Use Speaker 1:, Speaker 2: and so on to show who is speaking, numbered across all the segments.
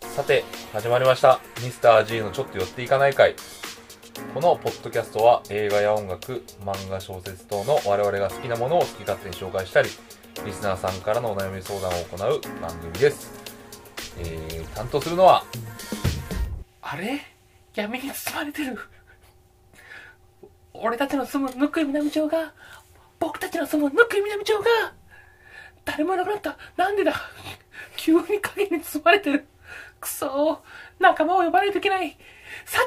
Speaker 1: さて始まりました「ミスター g のちょっと寄っていかない会」このポッドキャストは映画や音楽漫画小説等の我々が好きなものを好き勝手に紹介したりリスナーさんからのお悩み相談を行う番組です、えー、担当するのはあれ闇に包まれてる俺たちの住むぬくい南町が僕たちの住むぬくい南町が誰もいなくなったなんでだ急に影に包まれてるくそー仲間を呼ばないといけない佐藤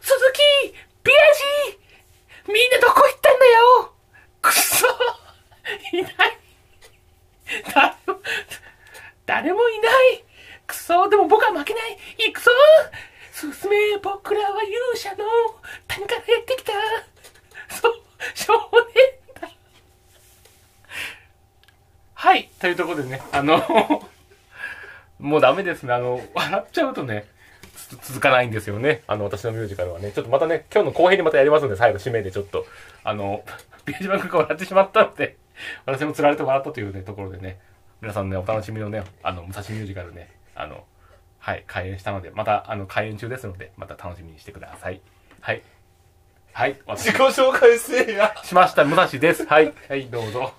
Speaker 1: 鈴木ビアジーみんなどこ行ったんだよくそーいない誰も誰もいないくそーでも僕は負けない行くぞー進め僕らは勇者の谷からやってきたそう少年だはいというところでねあのもうダメですねあの笑っちゃうとねつ続かないんですよねあの私のミュージカルはねちょっとまたね今日の後編にまたやりますので最後締めでちょっとあのビージバンクが笑ってしまったので私もつられて笑ったというねところでね皆さんねお楽しみのねあの武蔵ミュージカルねあのはい開演したのでまたあの開演中ですのでまた楽しみにしてくださいはいはい私
Speaker 2: 自己紹介せえや。
Speaker 1: しました武蔵ですはいはいどうぞ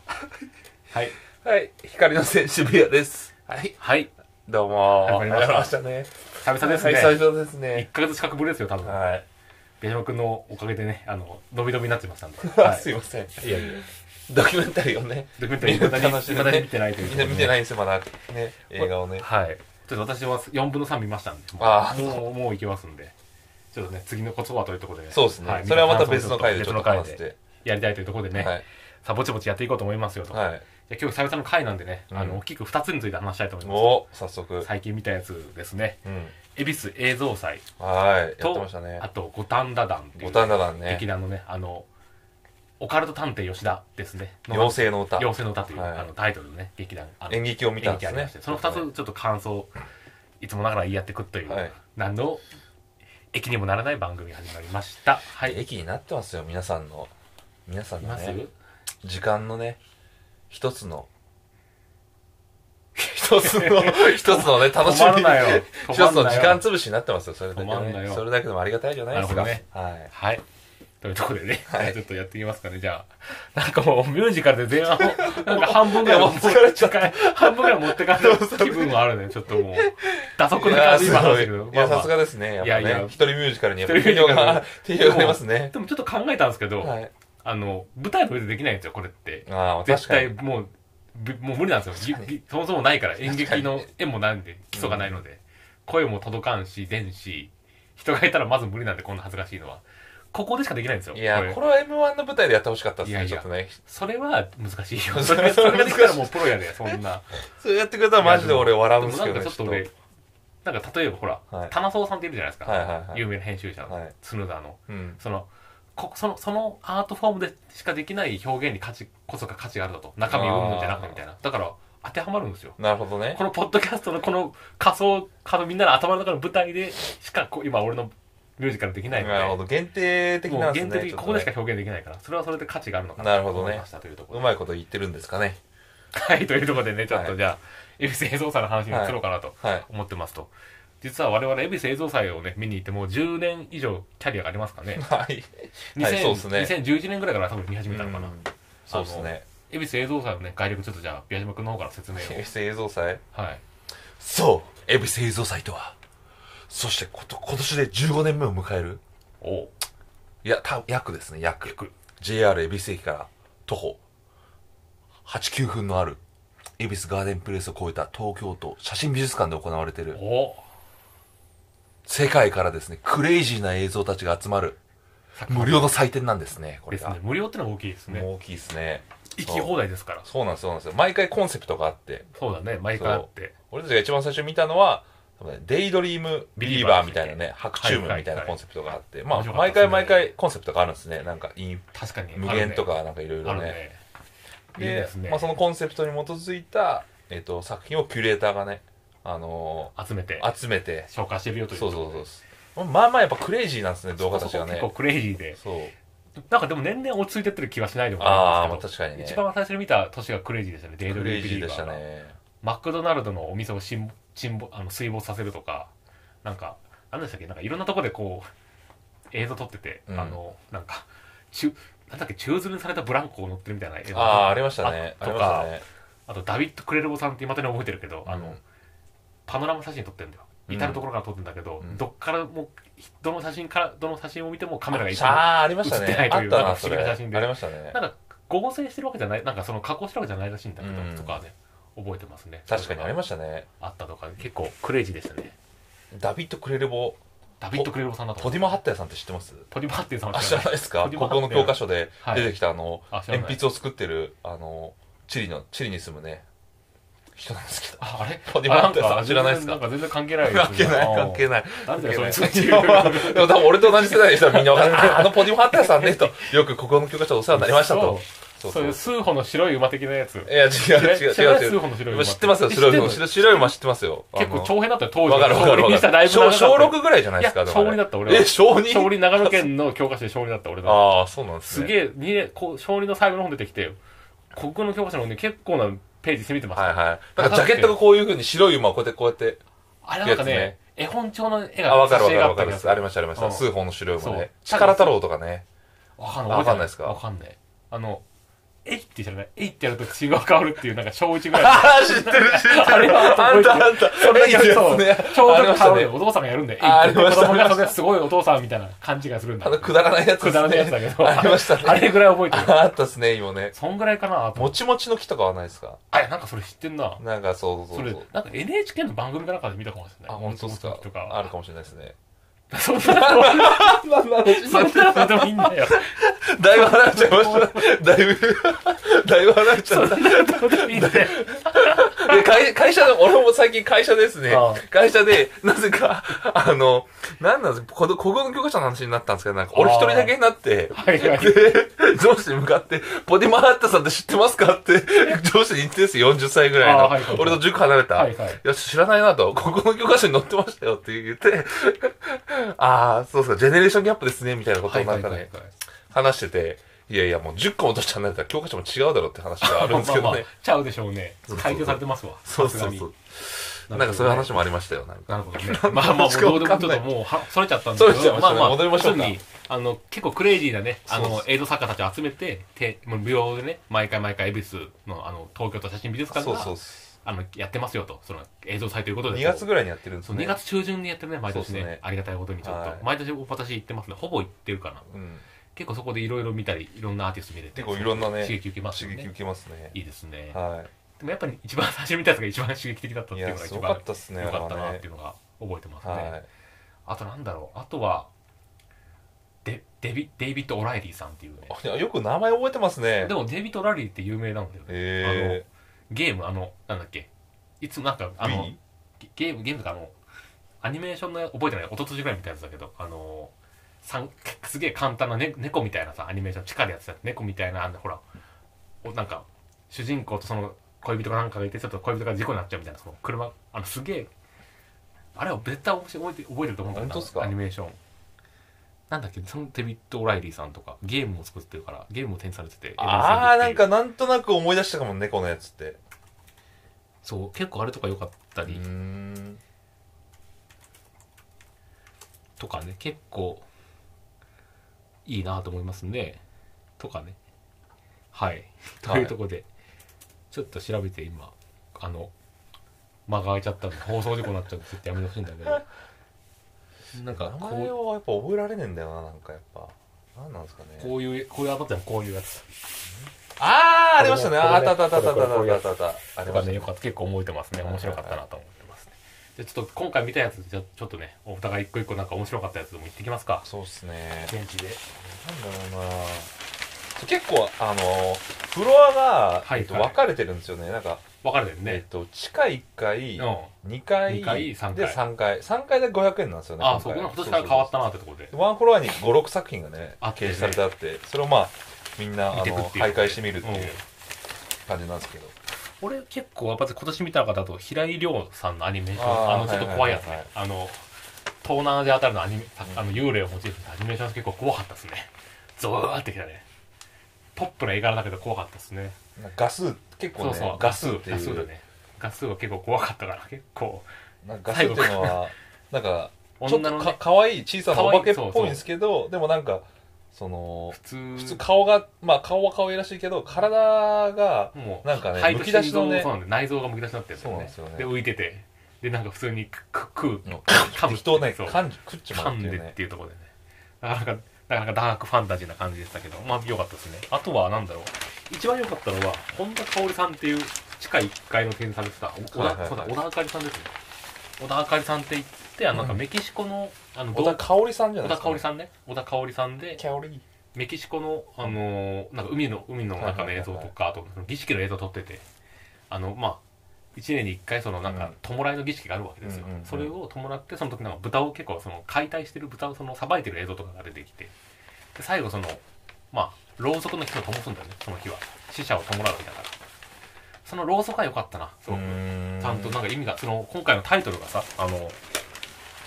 Speaker 1: はい
Speaker 2: はい、光の戦士ビアです。
Speaker 1: はいはい
Speaker 2: どうも
Speaker 1: 始まりました
Speaker 2: 始まりましたね。
Speaker 1: 久々です
Speaker 2: はい、
Speaker 1: ね
Speaker 2: 最初です
Speaker 1: 1
Speaker 2: ね。
Speaker 1: ヶ月近くぶりですよ多分
Speaker 2: はい。
Speaker 1: ベジマ君のおかげでねあの伸び伸びになってました んで、
Speaker 2: あ
Speaker 1: は
Speaker 2: すいません。
Speaker 1: い、いやいや
Speaker 2: ドキュメンタリーをね。
Speaker 1: ドキュメンタリ
Speaker 2: みん
Speaker 1: ー
Speaker 2: な
Speaker 1: 未だに
Speaker 2: 楽しんで
Speaker 1: 未だに見てないという
Speaker 2: みんな見て
Speaker 1: い
Speaker 2: ないんですよ、まだ。ね、映画をね。
Speaker 1: はいちょっと私は4分の3見ましたんでもう
Speaker 2: ああ
Speaker 1: もうもういけますんでちょっとね次の言葉というところで
Speaker 2: そうですね、
Speaker 1: い
Speaker 2: それはまた別の回でちょっと
Speaker 1: 別の回
Speaker 2: 話して。
Speaker 1: やりたいというところでね、
Speaker 2: はい。
Speaker 1: さあぼちぼちやっていこうと思いますよと、
Speaker 2: はい。
Speaker 1: いや今日久々の回なんでね、
Speaker 2: うん
Speaker 1: あの大きく2つについて話したいと思いま
Speaker 2: お早速
Speaker 1: す。最近見たやつですね
Speaker 2: うん。
Speaker 1: 恵比寿映像祭
Speaker 2: はい。やって
Speaker 1: と
Speaker 2: ましたね
Speaker 1: あ。と五反田団ってい
Speaker 2: 五
Speaker 1: う
Speaker 2: 反田団ね
Speaker 1: 劇。団のねあのオカルト探偵吉田ですねの
Speaker 2: 妖精の歌。
Speaker 1: 妖精の歌という、
Speaker 2: はい
Speaker 1: あのタイトルのね劇団あの
Speaker 2: 演劇を見たんです
Speaker 1: 演劇あり
Speaker 2: ね
Speaker 1: まして。その2つちょっと感想をいつもながら言い合ってくという、
Speaker 2: はい
Speaker 1: 何の駅にもならない番組が始まりましたは
Speaker 2: はいい。駅になってますよ、皆さんの。皆さん
Speaker 1: い
Speaker 2: の
Speaker 1: ます、
Speaker 2: ね。時間のね、一つの、 一つ の、一つのね、楽しみ
Speaker 1: 止まるなよ
Speaker 2: 一つ
Speaker 1: 止まる
Speaker 2: の
Speaker 1: な
Speaker 2: 時
Speaker 1: よ
Speaker 2: 間潰しになってますよ、それだけ、
Speaker 1: 止まんな
Speaker 2: ね
Speaker 1: よ。
Speaker 2: それだけでもありがたいじゃないですか。
Speaker 1: なるほ
Speaker 2: はい。
Speaker 1: はいというところでね、ちょっとやってみますかねじゃあなんかもうミュージカルで前 半をなんか半分ぐらい
Speaker 2: いやもう疲れちゃっ
Speaker 1: 半分ぐらい持 ってかれる気分はあるねちょっともう打足な感じ今話してるけ
Speaker 2: い
Speaker 1: ど
Speaker 2: や、
Speaker 1: まあまあ
Speaker 2: さすがですね。やっぱ
Speaker 1: いやいや
Speaker 2: ね、一人ミュージカルにやっぱ
Speaker 1: 一人ミ
Speaker 2: 定
Speaker 1: ュー
Speaker 2: 評
Speaker 1: ジカル
Speaker 2: が、定評がありますね。
Speaker 1: でもちょっと考えたんですけど、
Speaker 2: はい。
Speaker 1: あの舞台の上でできないんですよこれって
Speaker 2: ああ、確
Speaker 1: 絶
Speaker 2: か
Speaker 1: 対
Speaker 2: に。
Speaker 1: もうぶもう無理なんですよぎぎそもそもないから演劇の絵もないんで基礎がないので、声も届かんし出んし人がいたらまず無理なんでこんな恥ずかしいのはここでしかできないんですよ
Speaker 2: いや、これは M1 の舞台でやってほしかったです
Speaker 1: いや
Speaker 2: ね、
Speaker 1: い
Speaker 2: ち
Speaker 1: や
Speaker 2: ょっとね。
Speaker 1: それは難しい よそ
Speaker 2: それ
Speaker 1: れ
Speaker 2: は
Speaker 1: それができたらもうプロやでそん な
Speaker 2: それやってくれたらマジで俺笑うんですけど
Speaker 1: も
Speaker 2: ね、
Speaker 1: なんかちょっと俺なんか例えばほら、
Speaker 2: はい
Speaker 1: 田中さんっているじゃないですか、
Speaker 2: はいはいはい
Speaker 1: 有名な編集者の、
Speaker 2: はい
Speaker 1: 角田の
Speaker 2: うん。
Speaker 1: そのこそのそのアートフォームでしかできない表現に価値こそが価値があるだと中身を生むんじゃなくみたいなだから当てはまるんですよ
Speaker 2: なるほどね
Speaker 1: こ。のポッドキャストのこの仮想仮想みんなの頭の中の舞台でしかこう今俺のミュージカルできないので
Speaker 2: なるほど。限定的
Speaker 1: も
Speaker 2: な
Speaker 1: うん
Speaker 2: です
Speaker 1: 限
Speaker 2: ね。
Speaker 1: 定的に
Speaker 2: ちょっ
Speaker 1: ことこ
Speaker 2: ね
Speaker 1: でしか表現できないからそれはそれで価値があるのか
Speaker 2: な
Speaker 1: な
Speaker 2: る
Speaker 1: と
Speaker 2: ほどね
Speaker 1: 思いましたというとこ
Speaker 2: う
Speaker 1: ろで
Speaker 2: まいこと言ってるんですかね。
Speaker 1: はいというところでねちょっ
Speaker 2: は
Speaker 1: と
Speaker 2: い
Speaker 1: じゃあ恵比寿映像祭の話に移ろうかなと
Speaker 2: はい。
Speaker 1: 思ってますと実は我々恵比寿映像祭をね見に行ってもう10年以上キャリアがありますかね
Speaker 2: はい。
Speaker 1: 2000
Speaker 2: はいそうっすね
Speaker 1: 2011年ぐらいから多分見始めたのかな、
Speaker 2: うんそうですね。
Speaker 1: 恵比寿映像祭のね概略ちょっとじゃあ宮島君の方か ら説明を
Speaker 2: 恵比寿映像祭
Speaker 1: はい
Speaker 2: そう恵比寿映像祭とはそしてこと今年で15年目を迎える
Speaker 1: おう
Speaker 2: いやた約ですね約
Speaker 1: 約
Speaker 2: JR 恵比寿駅から徒歩89分のある恵比寿ガーデンプレイスを超えた東京都写真美術館で行われている
Speaker 1: おう
Speaker 2: 世界からですねクレイジーな映像たちが集まる無料の祭典なんですねこれ
Speaker 1: です
Speaker 2: が、
Speaker 1: ね無料ってのは大きいです
Speaker 2: も
Speaker 1: ね
Speaker 2: う大きいですね
Speaker 1: 行き放題ですから
Speaker 2: そうなんですそうなんですよ毎回コンセプトがあって
Speaker 1: そうだね毎回あって
Speaker 2: 俺たちが一番最初見たのは多分ねデイドリームビリーバーみたいなね白昼夢みたいなコンセプトがあって、
Speaker 1: はいはいはい
Speaker 2: まあ毎回毎回コンセプトがあるんですねなんかイン
Speaker 1: 確かに
Speaker 2: 無限とかなんかいろいろ
Speaker 1: ある
Speaker 2: ね
Speaker 1: ねあるねいい
Speaker 2: で
Speaker 1: ですね、
Speaker 2: まあ、そのコンセプトに基づいた、えっと作品をキュレーターがね、あの
Speaker 1: 集めて
Speaker 2: ー集めて
Speaker 1: 紹介してるよという
Speaker 2: そう
Speaker 1: と
Speaker 2: そうそ
Speaker 1: こ
Speaker 2: う
Speaker 1: ろで
Speaker 2: ですまあまあやっぱクレイジーなんですね動画た
Speaker 1: そ
Speaker 2: ち
Speaker 1: こ
Speaker 2: が
Speaker 1: 結
Speaker 2: ね
Speaker 1: 構クレイジーで
Speaker 2: そう
Speaker 1: なんかでも年々落ち着いてってる気がしないでも
Speaker 2: あ
Speaker 1: な
Speaker 2: あ
Speaker 1: いん
Speaker 2: まあ
Speaker 1: で
Speaker 2: 確
Speaker 1: す
Speaker 2: かに
Speaker 1: けど、
Speaker 2: ね
Speaker 1: 一番最初に見た年がクレイジーでしたねデイド
Speaker 2: クレ
Speaker 1: リー
Speaker 2: イ
Speaker 1: ムビ
Speaker 2: ジ
Speaker 1: リ
Speaker 2: ー
Speaker 1: ーバ
Speaker 2: で
Speaker 1: ー
Speaker 2: し
Speaker 1: が
Speaker 2: たね
Speaker 1: マクドナルドのお店を沈没沈没 あの水没させるとかなんか何でしたっけなんかいろんなとこでこう映像撮ってて、
Speaker 2: うん
Speaker 1: あのなんか中なんだっけ宙吊りにされたブランコを乗ってるみたいな映像
Speaker 2: ああありましたねあ
Speaker 1: と
Speaker 2: りまし
Speaker 1: か
Speaker 2: たね
Speaker 1: あとダビッド・クレルボさんってまだに覚えてるけど、あ
Speaker 2: う
Speaker 1: の
Speaker 2: ん
Speaker 1: パノラマ写真撮ってるんだよ
Speaker 2: うん
Speaker 1: 至る所から撮ってんだけど、
Speaker 2: うん
Speaker 1: どっからもどの写真からどの写真を見てもカメラが一
Speaker 2: あ
Speaker 1: 番
Speaker 2: あありました
Speaker 1: 映ってな
Speaker 2: ね
Speaker 1: い
Speaker 2: あ
Speaker 1: と
Speaker 2: っ
Speaker 1: いう
Speaker 2: た
Speaker 1: なん
Speaker 2: な
Speaker 1: か不
Speaker 2: そ
Speaker 1: 思議
Speaker 2: れ
Speaker 1: な
Speaker 2: あ
Speaker 1: 写真
Speaker 2: り
Speaker 1: で
Speaker 2: ましたね
Speaker 1: なんか合成してるわけじゃないなんかその加工してるわけじゃないらしいんだけど、
Speaker 2: うん
Speaker 1: とかね覚えてますね
Speaker 2: 確かにありま
Speaker 1: し
Speaker 2: したね
Speaker 1: たあったとか結構クレイジーでしたね
Speaker 2: ダビッド・クレルボ
Speaker 1: ダビッド・クレルボさんだと
Speaker 2: トディマ・ハッタヤさんって知ってます
Speaker 1: トディマハッティさん
Speaker 2: あ
Speaker 1: は
Speaker 2: 知らないです かここの教科書で
Speaker 1: はい
Speaker 2: 出てきたあの
Speaker 1: あ知らない
Speaker 2: 鉛筆を作ってるあのチリのチリに住むね人なんですけど
Speaker 1: ああれ
Speaker 2: トディマハッティさん
Speaker 1: あ
Speaker 2: 知らないですか
Speaker 1: なんか全然関係ない
Speaker 2: 関係ない
Speaker 1: あー
Speaker 2: 関係ない
Speaker 1: なんでだよそいつ
Speaker 2: 関係ないでも多分俺と同じ世代の人はみんな分かるああのポディモハッタヤさんねとよくここの教科書でお世話になりましたと
Speaker 1: そ
Speaker 2: そうう
Speaker 1: そ
Speaker 2: そうう
Speaker 1: いうスーホの白い馬的なやつ
Speaker 2: いや違う違う
Speaker 1: 知らない
Speaker 2: 違
Speaker 1: スー
Speaker 2: う
Speaker 1: ホの白
Speaker 2: 違
Speaker 1: い馬
Speaker 2: う知ってますよ
Speaker 1: え
Speaker 2: 白い馬
Speaker 1: 知ってんの
Speaker 2: 白い馬知ってますよ
Speaker 1: 結構
Speaker 2: あの
Speaker 1: 長編だったよ当時
Speaker 2: わかるわかる
Speaker 1: 少林
Speaker 2: わ
Speaker 1: した
Speaker 2: から
Speaker 1: だい
Speaker 2: る。小小6
Speaker 1: ぶ長かった
Speaker 2: ぐらいじゃない
Speaker 1: い
Speaker 2: で
Speaker 1: や
Speaker 2: すか、
Speaker 1: 少林だった俺は
Speaker 2: え、小
Speaker 1: 少
Speaker 2: 2?
Speaker 1: 林長野県の教科書で少林だった俺だ
Speaker 2: ああ、そうなんです
Speaker 1: す
Speaker 2: ね。
Speaker 1: げえにねこう少林の最後の方出てきて国語の教科書の方に結構なページ攻めてます、
Speaker 2: はいはい。なんかジャケットがこういう風に白い馬をこうやってこうやって。
Speaker 1: あれなんかね
Speaker 2: やつね
Speaker 1: 絵本帳の絵
Speaker 2: あ、
Speaker 1: が
Speaker 2: わかるわか
Speaker 1: 挿絵
Speaker 2: る
Speaker 1: があ
Speaker 2: わ
Speaker 1: った
Speaker 2: か
Speaker 1: り
Speaker 2: る
Speaker 1: す。
Speaker 2: ありましたありまし
Speaker 1: う
Speaker 2: た。
Speaker 1: ん
Speaker 2: 数本の白い馬
Speaker 1: そう
Speaker 2: ね。力太郎とかね。
Speaker 1: わかん
Speaker 2: あ
Speaker 1: ない。
Speaker 2: わかんないですか
Speaker 1: わかんない。あの、えいって知らない。えいってやると血が変わるっていう、なんか小一ぐらい。
Speaker 2: ああ、知ってる知ってる。
Speaker 1: あれは
Speaker 2: あ
Speaker 1: 覚え
Speaker 2: ん
Speaker 1: てる
Speaker 2: たあんた。
Speaker 1: それだけやる
Speaker 2: あ
Speaker 1: と、
Speaker 2: りましたね
Speaker 1: ちょう
Speaker 2: あり
Speaker 1: ど
Speaker 2: ました
Speaker 1: 顔で
Speaker 2: ね。
Speaker 1: お父さんがやるんだよ。
Speaker 2: あ
Speaker 1: えいって
Speaker 2: ありました
Speaker 1: 子供がそれすごいお父さんみたいな感じがするんだ
Speaker 2: あ。の、くだらないやつです
Speaker 1: く
Speaker 2: ね。
Speaker 1: だらないやつだけど。
Speaker 2: ありましたね。
Speaker 1: あれぐらい覚えてる。
Speaker 2: ああったっすね、今ね。
Speaker 1: そんぐらいかなと思
Speaker 2: も
Speaker 1: って。
Speaker 2: ちもちの木とかはないですか
Speaker 1: あ、いやなんかそれ知ってんな。
Speaker 2: なんかそうそ
Speaker 1: そう
Speaker 2: そ
Speaker 1: れ
Speaker 2: う。、
Speaker 1: なんか NHK の番組かなんかで見たかもしれ
Speaker 2: あ、
Speaker 1: ない。
Speaker 2: 本当ですか
Speaker 1: と
Speaker 2: あ
Speaker 1: か。
Speaker 2: るかもしれないですね。
Speaker 1: そんなの、そんなのでもいいんだよ。
Speaker 2: だいぶ離れちゃいました。だいぶ、だいぶ離れちゃった。
Speaker 1: どうでもいいんだよ。
Speaker 2: で会会社の、俺も最近会社ですね
Speaker 1: ああ。
Speaker 2: 会社で、なぜか、あの、なんなんですか、この国語の教科書の話になったんですけど、なんか俺
Speaker 1: ああ
Speaker 2: 一人だけになって、
Speaker 1: はいはい。
Speaker 2: で、上司に向かって、ポディマハッタさんって知ってますかって、上司に言ってですよ、40歳ぐらい
Speaker 1: あ
Speaker 2: の。
Speaker 1: あはいはい
Speaker 2: 俺と塾離れた。
Speaker 1: はいはい
Speaker 2: や、知らないなと、ここの教科書に載ってましたよって言って、ああ、そうですか、ジェネレーションギャップですね、みたいなこと
Speaker 1: は
Speaker 2: を
Speaker 1: いは
Speaker 2: なん
Speaker 1: い
Speaker 2: か
Speaker 1: は
Speaker 2: ね、
Speaker 1: い。
Speaker 2: 話してて、いやいや、もう10個も年離れたら教科書も違うだろうって話があるんですけどね。
Speaker 1: まあまあ、ちゃうでしょうね
Speaker 2: そう。そう
Speaker 1: 改定されてますわ。
Speaker 2: そうそ
Speaker 1: さ
Speaker 2: う
Speaker 1: すがに
Speaker 2: そう。なんかそういう話もありましたよ、なんか。
Speaker 1: なるほどね。まあまあ、もうどうでもちょっともうは、それちゃったんです
Speaker 2: それちゃいましたね
Speaker 1: まあ
Speaker 2: 戻りましょうか
Speaker 1: 要するにあの、結構クレイジーなね、あ
Speaker 2: そう
Speaker 1: の
Speaker 2: そ、
Speaker 1: 映像作家たちを集めて、てもう無料でね、毎回毎回、恵比寿の、あの、東京都写真美術館
Speaker 2: そう
Speaker 1: が
Speaker 2: そう。
Speaker 1: あの、やってますよと、その、映像祭ということで。
Speaker 2: 2月ぐらいにやってるんです
Speaker 1: そう、
Speaker 2: ね。
Speaker 1: 2月中旬にやってるね、毎年
Speaker 2: そうです
Speaker 1: ね
Speaker 2: ね。
Speaker 1: ありがたいことにちょっ
Speaker 2: は
Speaker 1: と
Speaker 2: い。
Speaker 1: 毎年私行ってますね。ほぼ行ってるかな。
Speaker 2: うん。
Speaker 1: 結構そこでいろいろ見たり、いろんなアーティスト見れて。
Speaker 2: 結構いろんなね、
Speaker 1: 刺激受けますよ
Speaker 2: 刺激
Speaker 1: ね
Speaker 2: 受。けますね。
Speaker 1: いいですね。
Speaker 2: は
Speaker 1: でもやっぱり一番 最初に見たやつが一番刺激的だったっ
Speaker 2: い。い
Speaker 1: てい
Speaker 2: や、
Speaker 1: うのが
Speaker 2: す
Speaker 1: 一
Speaker 2: ごか
Speaker 1: 番
Speaker 2: ったっすね、
Speaker 1: 良かっ
Speaker 2: あ
Speaker 1: た
Speaker 2: れは
Speaker 1: なっ
Speaker 2: ね
Speaker 1: ていうのが覚えてますね。
Speaker 2: はい。
Speaker 1: あとなんだろう、あとは、デデビデイビッド・オライリーさんっていうね。
Speaker 2: あいやよく名前覚えてますね
Speaker 1: で。もデイビッド・オライリーって有名なんだよね。
Speaker 2: え
Speaker 1: あのゲーム、あの、なんだっけ、いつもなんか、あの
Speaker 2: Wii？、
Speaker 1: ゲゲーム、ゲームとかあの、アニメーションの覚えてない、一昨年ぐらいみたいなやつだけど、あの、さん すげえ簡単な、ね、猫みたいなさ、アニメーション、地下でやってた猫みたいな、あのほら、おなんか、主人公とその恋人かなんかがいて、ちょっと恋人が事故になっちゃうみたいな、その車、あの、すげえ、あれは絶対覚えて覚えてると思うんだよな
Speaker 2: 本当っすか
Speaker 1: アニメーション。なんだっけ、そのデビッド・オライリーさんとか、ゲームを作ってるから、ゲームを展示されてて、
Speaker 2: ああ、
Speaker 1: 映
Speaker 2: な
Speaker 1: 像するってい
Speaker 2: ん
Speaker 1: う
Speaker 2: かなんとなく思い出したかも、猫のやつって。
Speaker 1: そう、結構あれとか良かった
Speaker 2: う
Speaker 1: り
Speaker 2: ーん。
Speaker 1: とかね、結構いいなと思いますね。とかね。はい。というところで、ちょっと調べて今、あの、間が空いちゃったんで、放送事故になっちゃうんで、ちょっとやめてほしいんだけど。なん
Speaker 2: 名
Speaker 1: かこ
Speaker 2: 前
Speaker 1: う、
Speaker 2: はやっぱ覚えられねえんだよな、なんかやっぱ。なんなんですかね。
Speaker 1: こういう、こういうあったじゃん、こういうやつ。
Speaker 2: ああ、ありましたね。
Speaker 1: こ
Speaker 2: あ
Speaker 1: れも
Speaker 2: あったあったあったあったあった
Speaker 1: これこれ
Speaker 2: あったあったあった。ありまし
Speaker 1: とか
Speaker 2: た
Speaker 1: ね、
Speaker 2: ね
Speaker 1: よ。かった。結構覚えてますね。面白かったなと思ってますね。で、ちょっと今回見たやつ、じゃあちょっとね、お互い一個一個なんか面白かったやつでも言ってきますか。
Speaker 2: そうっすね。
Speaker 1: 現地で。
Speaker 2: なんだろうな結構あのフロアが、
Speaker 1: はい
Speaker 2: えっと、
Speaker 1: はい
Speaker 2: 分かれてるんですよねなんか、
Speaker 1: 分かるよ
Speaker 2: えっ
Speaker 1: ね。
Speaker 2: と、地下1階、
Speaker 1: うん。
Speaker 2: 二2階
Speaker 1: 二階三階
Speaker 2: で3階3階で500円なんですよね
Speaker 1: あ
Speaker 2: 今
Speaker 1: あ、そ
Speaker 2: 回
Speaker 1: こが今年から変わったなってところで
Speaker 2: そうそう。そうワンフロアに56作品がね
Speaker 1: あって
Speaker 2: 掲
Speaker 1: ね
Speaker 2: 示されてあってそれをまあみんなあ
Speaker 1: 見てく
Speaker 2: の
Speaker 1: っていう
Speaker 2: 徘徊してみるっていう
Speaker 1: うん
Speaker 2: 感じなんですけど、
Speaker 1: 俺結構やっぱ今年見た中だと平井亮さんのアニメーション
Speaker 2: あ
Speaker 1: あ
Speaker 2: ー
Speaker 1: のちょっと怖いやつ
Speaker 2: はい
Speaker 1: ね
Speaker 2: はい
Speaker 1: あの東南アジアあたりのアニメ
Speaker 2: うん
Speaker 1: あの幽霊をモチーフにしたアニメーションが結構怖かったですねゾワーってきたねポップな絵柄だけど怖かったですね
Speaker 2: ガス結構
Speaker 1: そ
Speaker 2: ね
Speaker 1: うそう
Speaker 2: ガスって
Speaker 1: ガ
Speaker 2: い
Speaker 1: ス
Speaker 2: う
Speaker 1: だねガスは結構怖かったから結構
Speaker 2: なんかガスっていうのはなんかちょっ
Speaker 1: 女
Speaker 2: と
Speaker 1: の
Speaker 2: か
Speaker 1: ね
Speaker 2: 可愛い小さなお化けっ
Speaker 1: 可愛いそう
Speaker 2: ぽ
Speaker 1: そ
Speaker 2: いうですけどでもなんかその
Speaker 1: 普通
Speaker 2: 普通顔がまあ顔は可愛らしいけど体が
Speaker 1: もう
Speaker 2: なんかね
Speaker 1: 肺と
Speaker 2: むき出しのね
Speaker 1: 心臓そうなんだよ内臓がむき出しになってるんだよね
Speaker 2: そうなんです
Speaker 1: で
Speaker 2: よ
Speaker 1: 浮いててでなんか普通にくく食う
Speaker 2: の
Speaker 1: 噛む
Speaker 2: 適当ね
Speaker 1: そう
Speaker 2: 噛んじ食っちま
Speaker 1: 噛
Speaker 2: うっ
Speaker 1: ん
Speaker 2: て
Speaker 1: で
Speaker 2: い
Speaker 1: っ
Speaker 2: うね
Speaker 1: ていうところでねなかなかなかなかダークファンタジーな感じでしたけどまあ良かったですねあとはなんだろう一番良かったのは本田香織さんっていう地下1階の展示されてたお小
Speaker 2: はい
Speaker 1: 田
Speaker 2: はいはい
Speaker 1: そうだ小田あかりさんですね小田あかりさんって言ってあのなんかメキシコのあの
Speaker 2: 小田香織さんじゃな
Speaker 1: 小
Speaker 2: いで
Speaker 1: 田
Speaker 2: す
Speaker 1: 香
Speaker 2: か
Speaker 1: 織さんね小田香織さんで
Speaker 2: 香織
Speaker 1: メキシコの、あのーなんか海の、海の中の映像とか、あと、その儀式の映像撮ってて、あの、まあ、一年に一回、その、なん
Speaker 2: うん
Speaker 1: か、弔いの儀式があるわけですよ。
Speaker 2: うんうんうん
Speaker 1: それを弔って、その時なんか豚を結構、その、解体してる豚を、その、さばいてる映像とかが出てきて、で、最後、その、まあ、ろうそくの火を灯すんだよね、その火は。死者を弔うわけだから。そのろうそくは良かったな、すごく。ちゃんとなんか意味が、その、今回のタイトルがさ、あの、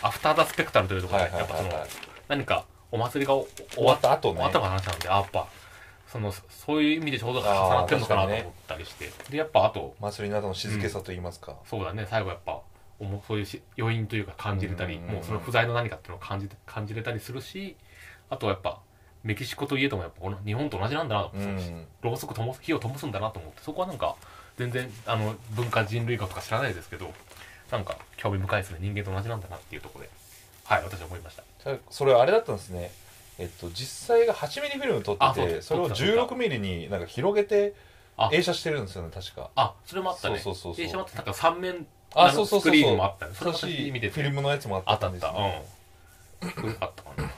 Speaker 1: アフター・ザ・スペクタルというところ
Speaker 2: は
Speaker 1: で、
Speaker 2: いはい
Speaker 1: やっぱそ
Speaker 2: はい
Speaker 1: の
Speaker 2: はい、
Speaker 1: 何かお祭りがお
Speaker 2: 終
Speaker 1: 終わ
Speaker 2: わ
Speaker 1: っ
Speaker 2: った後
Speaker 1: 終わ
Speaker 2: ね
Speaker 1: ったかな話なんであやっぱそのそそういう意味でちょうど重なってるのかな
Speaker 2: あー
Speaker 1: と思ったりして、でやっぱあと
Speaker 2: 祭りなどの静けさと言いますか
Speaker 1: そうだね最後やっぱおもそういうし余韻というか感じれたり
Speaker 2: うんうんうん
Speaker 1: もうその不在の何かっていうのを感じ感じれたりするしあとはやっぱメキシコといえどもやっぱこの日本と同じなんだなと
Speaker 2: う
Speaker 1: 思って、
Speaker 2: ん
Speaker 1: ろうそく灯す火を灯すんだなと思ってそこはなんか全然あの文化人類学とか知らないですけどなんか興味深いですね人間と同じなんだなっていうところではい私は思いました
Speaker 2: それあれだったんですねえっと実際が8ミリフィルム撮っ
Speaker 1: あ
Speaker 2: て
Speaker 1: そう
Speaker 2: て
Speaker 1: だ
Speaker 2: それを
Speaker 1: 撮ってた撮
Speaker 2: 16
Speaker 1: っ
Speaker 2: ミリになんか広げて
Speaker 1: あ
Speaker 2: 映写してるんですよね確か
Speaker 1: あそれもあったね
Speaker 2: そうそうそうそう
Speaker 1: 電車もあったなんか三面
Speaker 2: あ
Speaker 1: の
Speaker 2: そうそうそうそう
Speaker 1: スクリーンもあったねそれ
Speaker 2: 優
Speaker 1: も
Speaker 2: しい
Speaker 1: 私見て
Speaker 2: フ
Speaker 1: て
Speaker 2: ィルムのやつもあ
Speaker 1: あ
Speaker 2: っ
Speaker 1: っ
Speaker 2: た
Speaker 1: た
Speaker 2: ん
Speaker 1: あっ
Speaker 2: です
Speaker 1: た
Speaker 2: ね
Speaker 1: うんよかったかな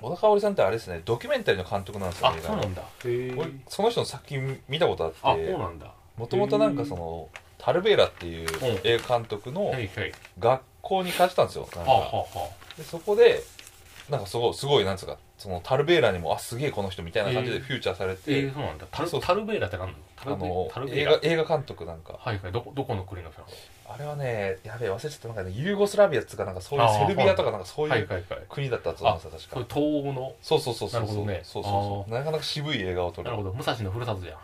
Speaker 2: 小田香織さんってあれですねドキュメンタリーの監督なんですよ
Speaker 1: あそうなんだへえ
Speaker 2: 俺その人の作品見たことあ
Speaker 1: あ
Speaker 2: っ
Speaker 1: そう
Speaker 2: て
Speaker 1: なんだ
Speaker 2: もともとなんかそのタルベーラっていう
Speaker 1: うん
Speaker 2: 映画監督の
Speaker 1: はいはい
Speaker 2: 学校に貸したんですよなん
Speaker 1: はあ
Speaker 2: か
Speaker 1: はあは
Speaker 2: でそこでなんかすごいすごいなんつうかそのタルベーラにもあすげえこの人みたいな感じで
Speaker 1: えー
Speaker 2: フューチャーされ
Speaker 1: あええ
Speaker 2: て
Speaker 1: そうなんだタル
Speaker 2: そう
Speaker 1: タルベーラってなんだタ
Speaker 2: あ
Speaker 1: ルベ
Speaker 2: の
Speaker 1: タルベ
Speaker 2: 映
Speaker 1: ー
Speaker 2: 画
Speaker 1: ラ
Speaker 2: 映画監督なんか
Speaker 1: はいはいどこどこの国の人なの
Speaker 2: あれはねやべえ忘れちゃったなんかねユーゴスラビアっつうかなんかそういうセルビアとかなんかそう
Speaker 1: はいいうはいはい
Speaker 2: 国だったと思うんですよ確
Speaker 1: そうい
Speaker 2: か
Speaker 1: う東欧の
Speaker 2: そうそうそうそう
Speaker 1: なる
Speaker 2: そ
Speaker 1: ほ
Speaker 2: う
Speaker 1: どね
Speaker 2: そうそう
Speaker 1: あ
Speaker 2: なかなか渋い映画を撮る
Speaker 1: なるほど武蔵のふるさとじゃん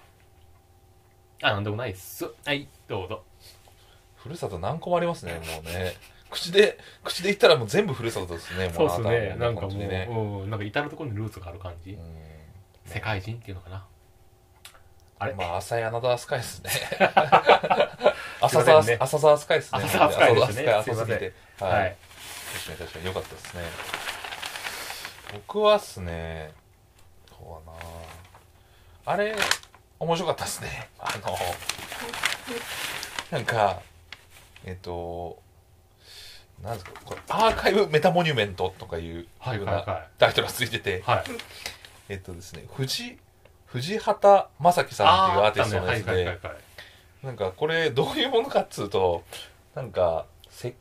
Speaker 1: あなんでもないっすはいどうぞ
Speaker 2: ふるさと何個もありますねもうね口で口で言ったらもう全部ふるさとですね
Speaker 1: そうっ
Speaker 2: も
Speaker 1: す
Speaker 2: あなた
Speaker 1: ねなんかも
Speaker 2: 本
Speaker 1: う
Speaker 2: 当にね
Speaker 1: うんなんか至る所にルーツがある感じ世界人っていうのかなあ
Speaker 2: あ
Speaker 1: れ
Speaker 2: れまあ浅いアナザースカイ ですね浅沢
Speaker 1: すいませんね
Speaker 2: 浅沢スカイですね
Speaker 1: 浅沢スカイでした
Speaker 2: 浅沢
Speaker 1: ね
Speaker 2: スカイ浅すぎてはい、
Speaker 1: はい
Speaker 2: 確かに確かに良かったですね僕はっすねそうだなあれ面白かったですね あのなんかえっとなんですかこれアーカイブメタモニュメントとかいう
Speaker 1: はい
Speaker 2: ふう
Speaker 1: はいはい
Speaker 2: なタイトルがついてて、
Speaker 1: はい。
Speaker 2: えっとですね藤藤畑正樹さんっていうアーティストのやつ
Speaker 1: はいはいはい
Speaker 2: で
Speaker 1: はい。
Speaker 2: なんかこれどういうものかっつうとなんかせ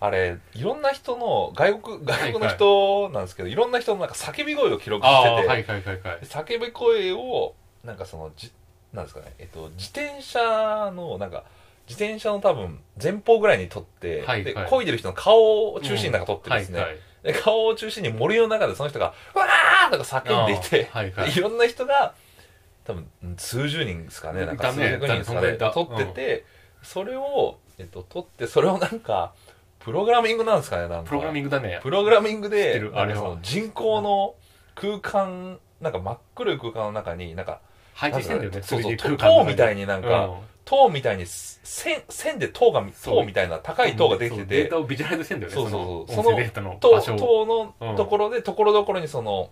Speaker 2: あれいろんな人の外国外国の人なんですけど、いろんな人のなんか叫び声を記録
Speaker 1: あ
Speaker 2: し
Speaker 1: あ、
Speaker 2: て
Speaker 1: は
Speaker 2: て、
Speaker 1: いはいはいはい。
Speaker 2: で叫び声をなんかそのじなんですかねえっと自転車のなんか自転車の多分前方ぐらいに撮って、
Speaker 1: はいはい
Speaker 2: で漕いでる人の顔を中心になんか撮って
Speaker 1: は
Speaker 2: で
Speaker 1: い
Speaker 2: すね、
Speaker 1: はい。
Speaker 2: で顔を中心に森の中でその人が「うわー!」とか叫んでいて、
Speaker 1: あーはいはい
Speaker 2: でろんな人が多分うん数十人ですかねなんか
Speaker 1: いた
Speaker 2: 数
Speaker 1: ね
Speaker 2: 百人ですか
Speaker 1: いたね
Speaker 2: ね
Speaker 1: いた
Speaker 2: 撮ってて、それを、えっと、撮ってそれをなんかプログラミングなんですかねなんか
Speaker 1: プログラミングだね
Speaker 2: プ。ログラミング
Speaker 1: 知って
Speaker 2: で
Speaker 1: る
Speaker 2: なんか
Speaker 1: あれは
Speaker 2: その人工の空間なんか真っ黒い空間の中になんか
Speaker 1: 配置してんだよね。
Speaker 2: そうそう
Speaker 1: 3D 空間の
Speaker 2: 塔
Speaker 1: 中に
Speaker 2: みたいになんか、
Speaker 1: うん
Speaker 2: 塔みたいに線線で塔が
Speaker 1: そう
Speaker 2: 塔みたいな高い塔ができ
Speaker 1: そ
Speaker 2: て
Speaker 1: う
Speaker 2: て
Speaker 1: データをビジュアライズしてんだよね。
Speaker 2: そうそうそう
Speaker 1: その音声データの
Speaker 2: 塔
Speaker 1: 場所を。
Speaker 2: 塔
Speaker 1: う
Speaker 2: の
Speaker 1: ん
Speaker 2: ところでところどころにその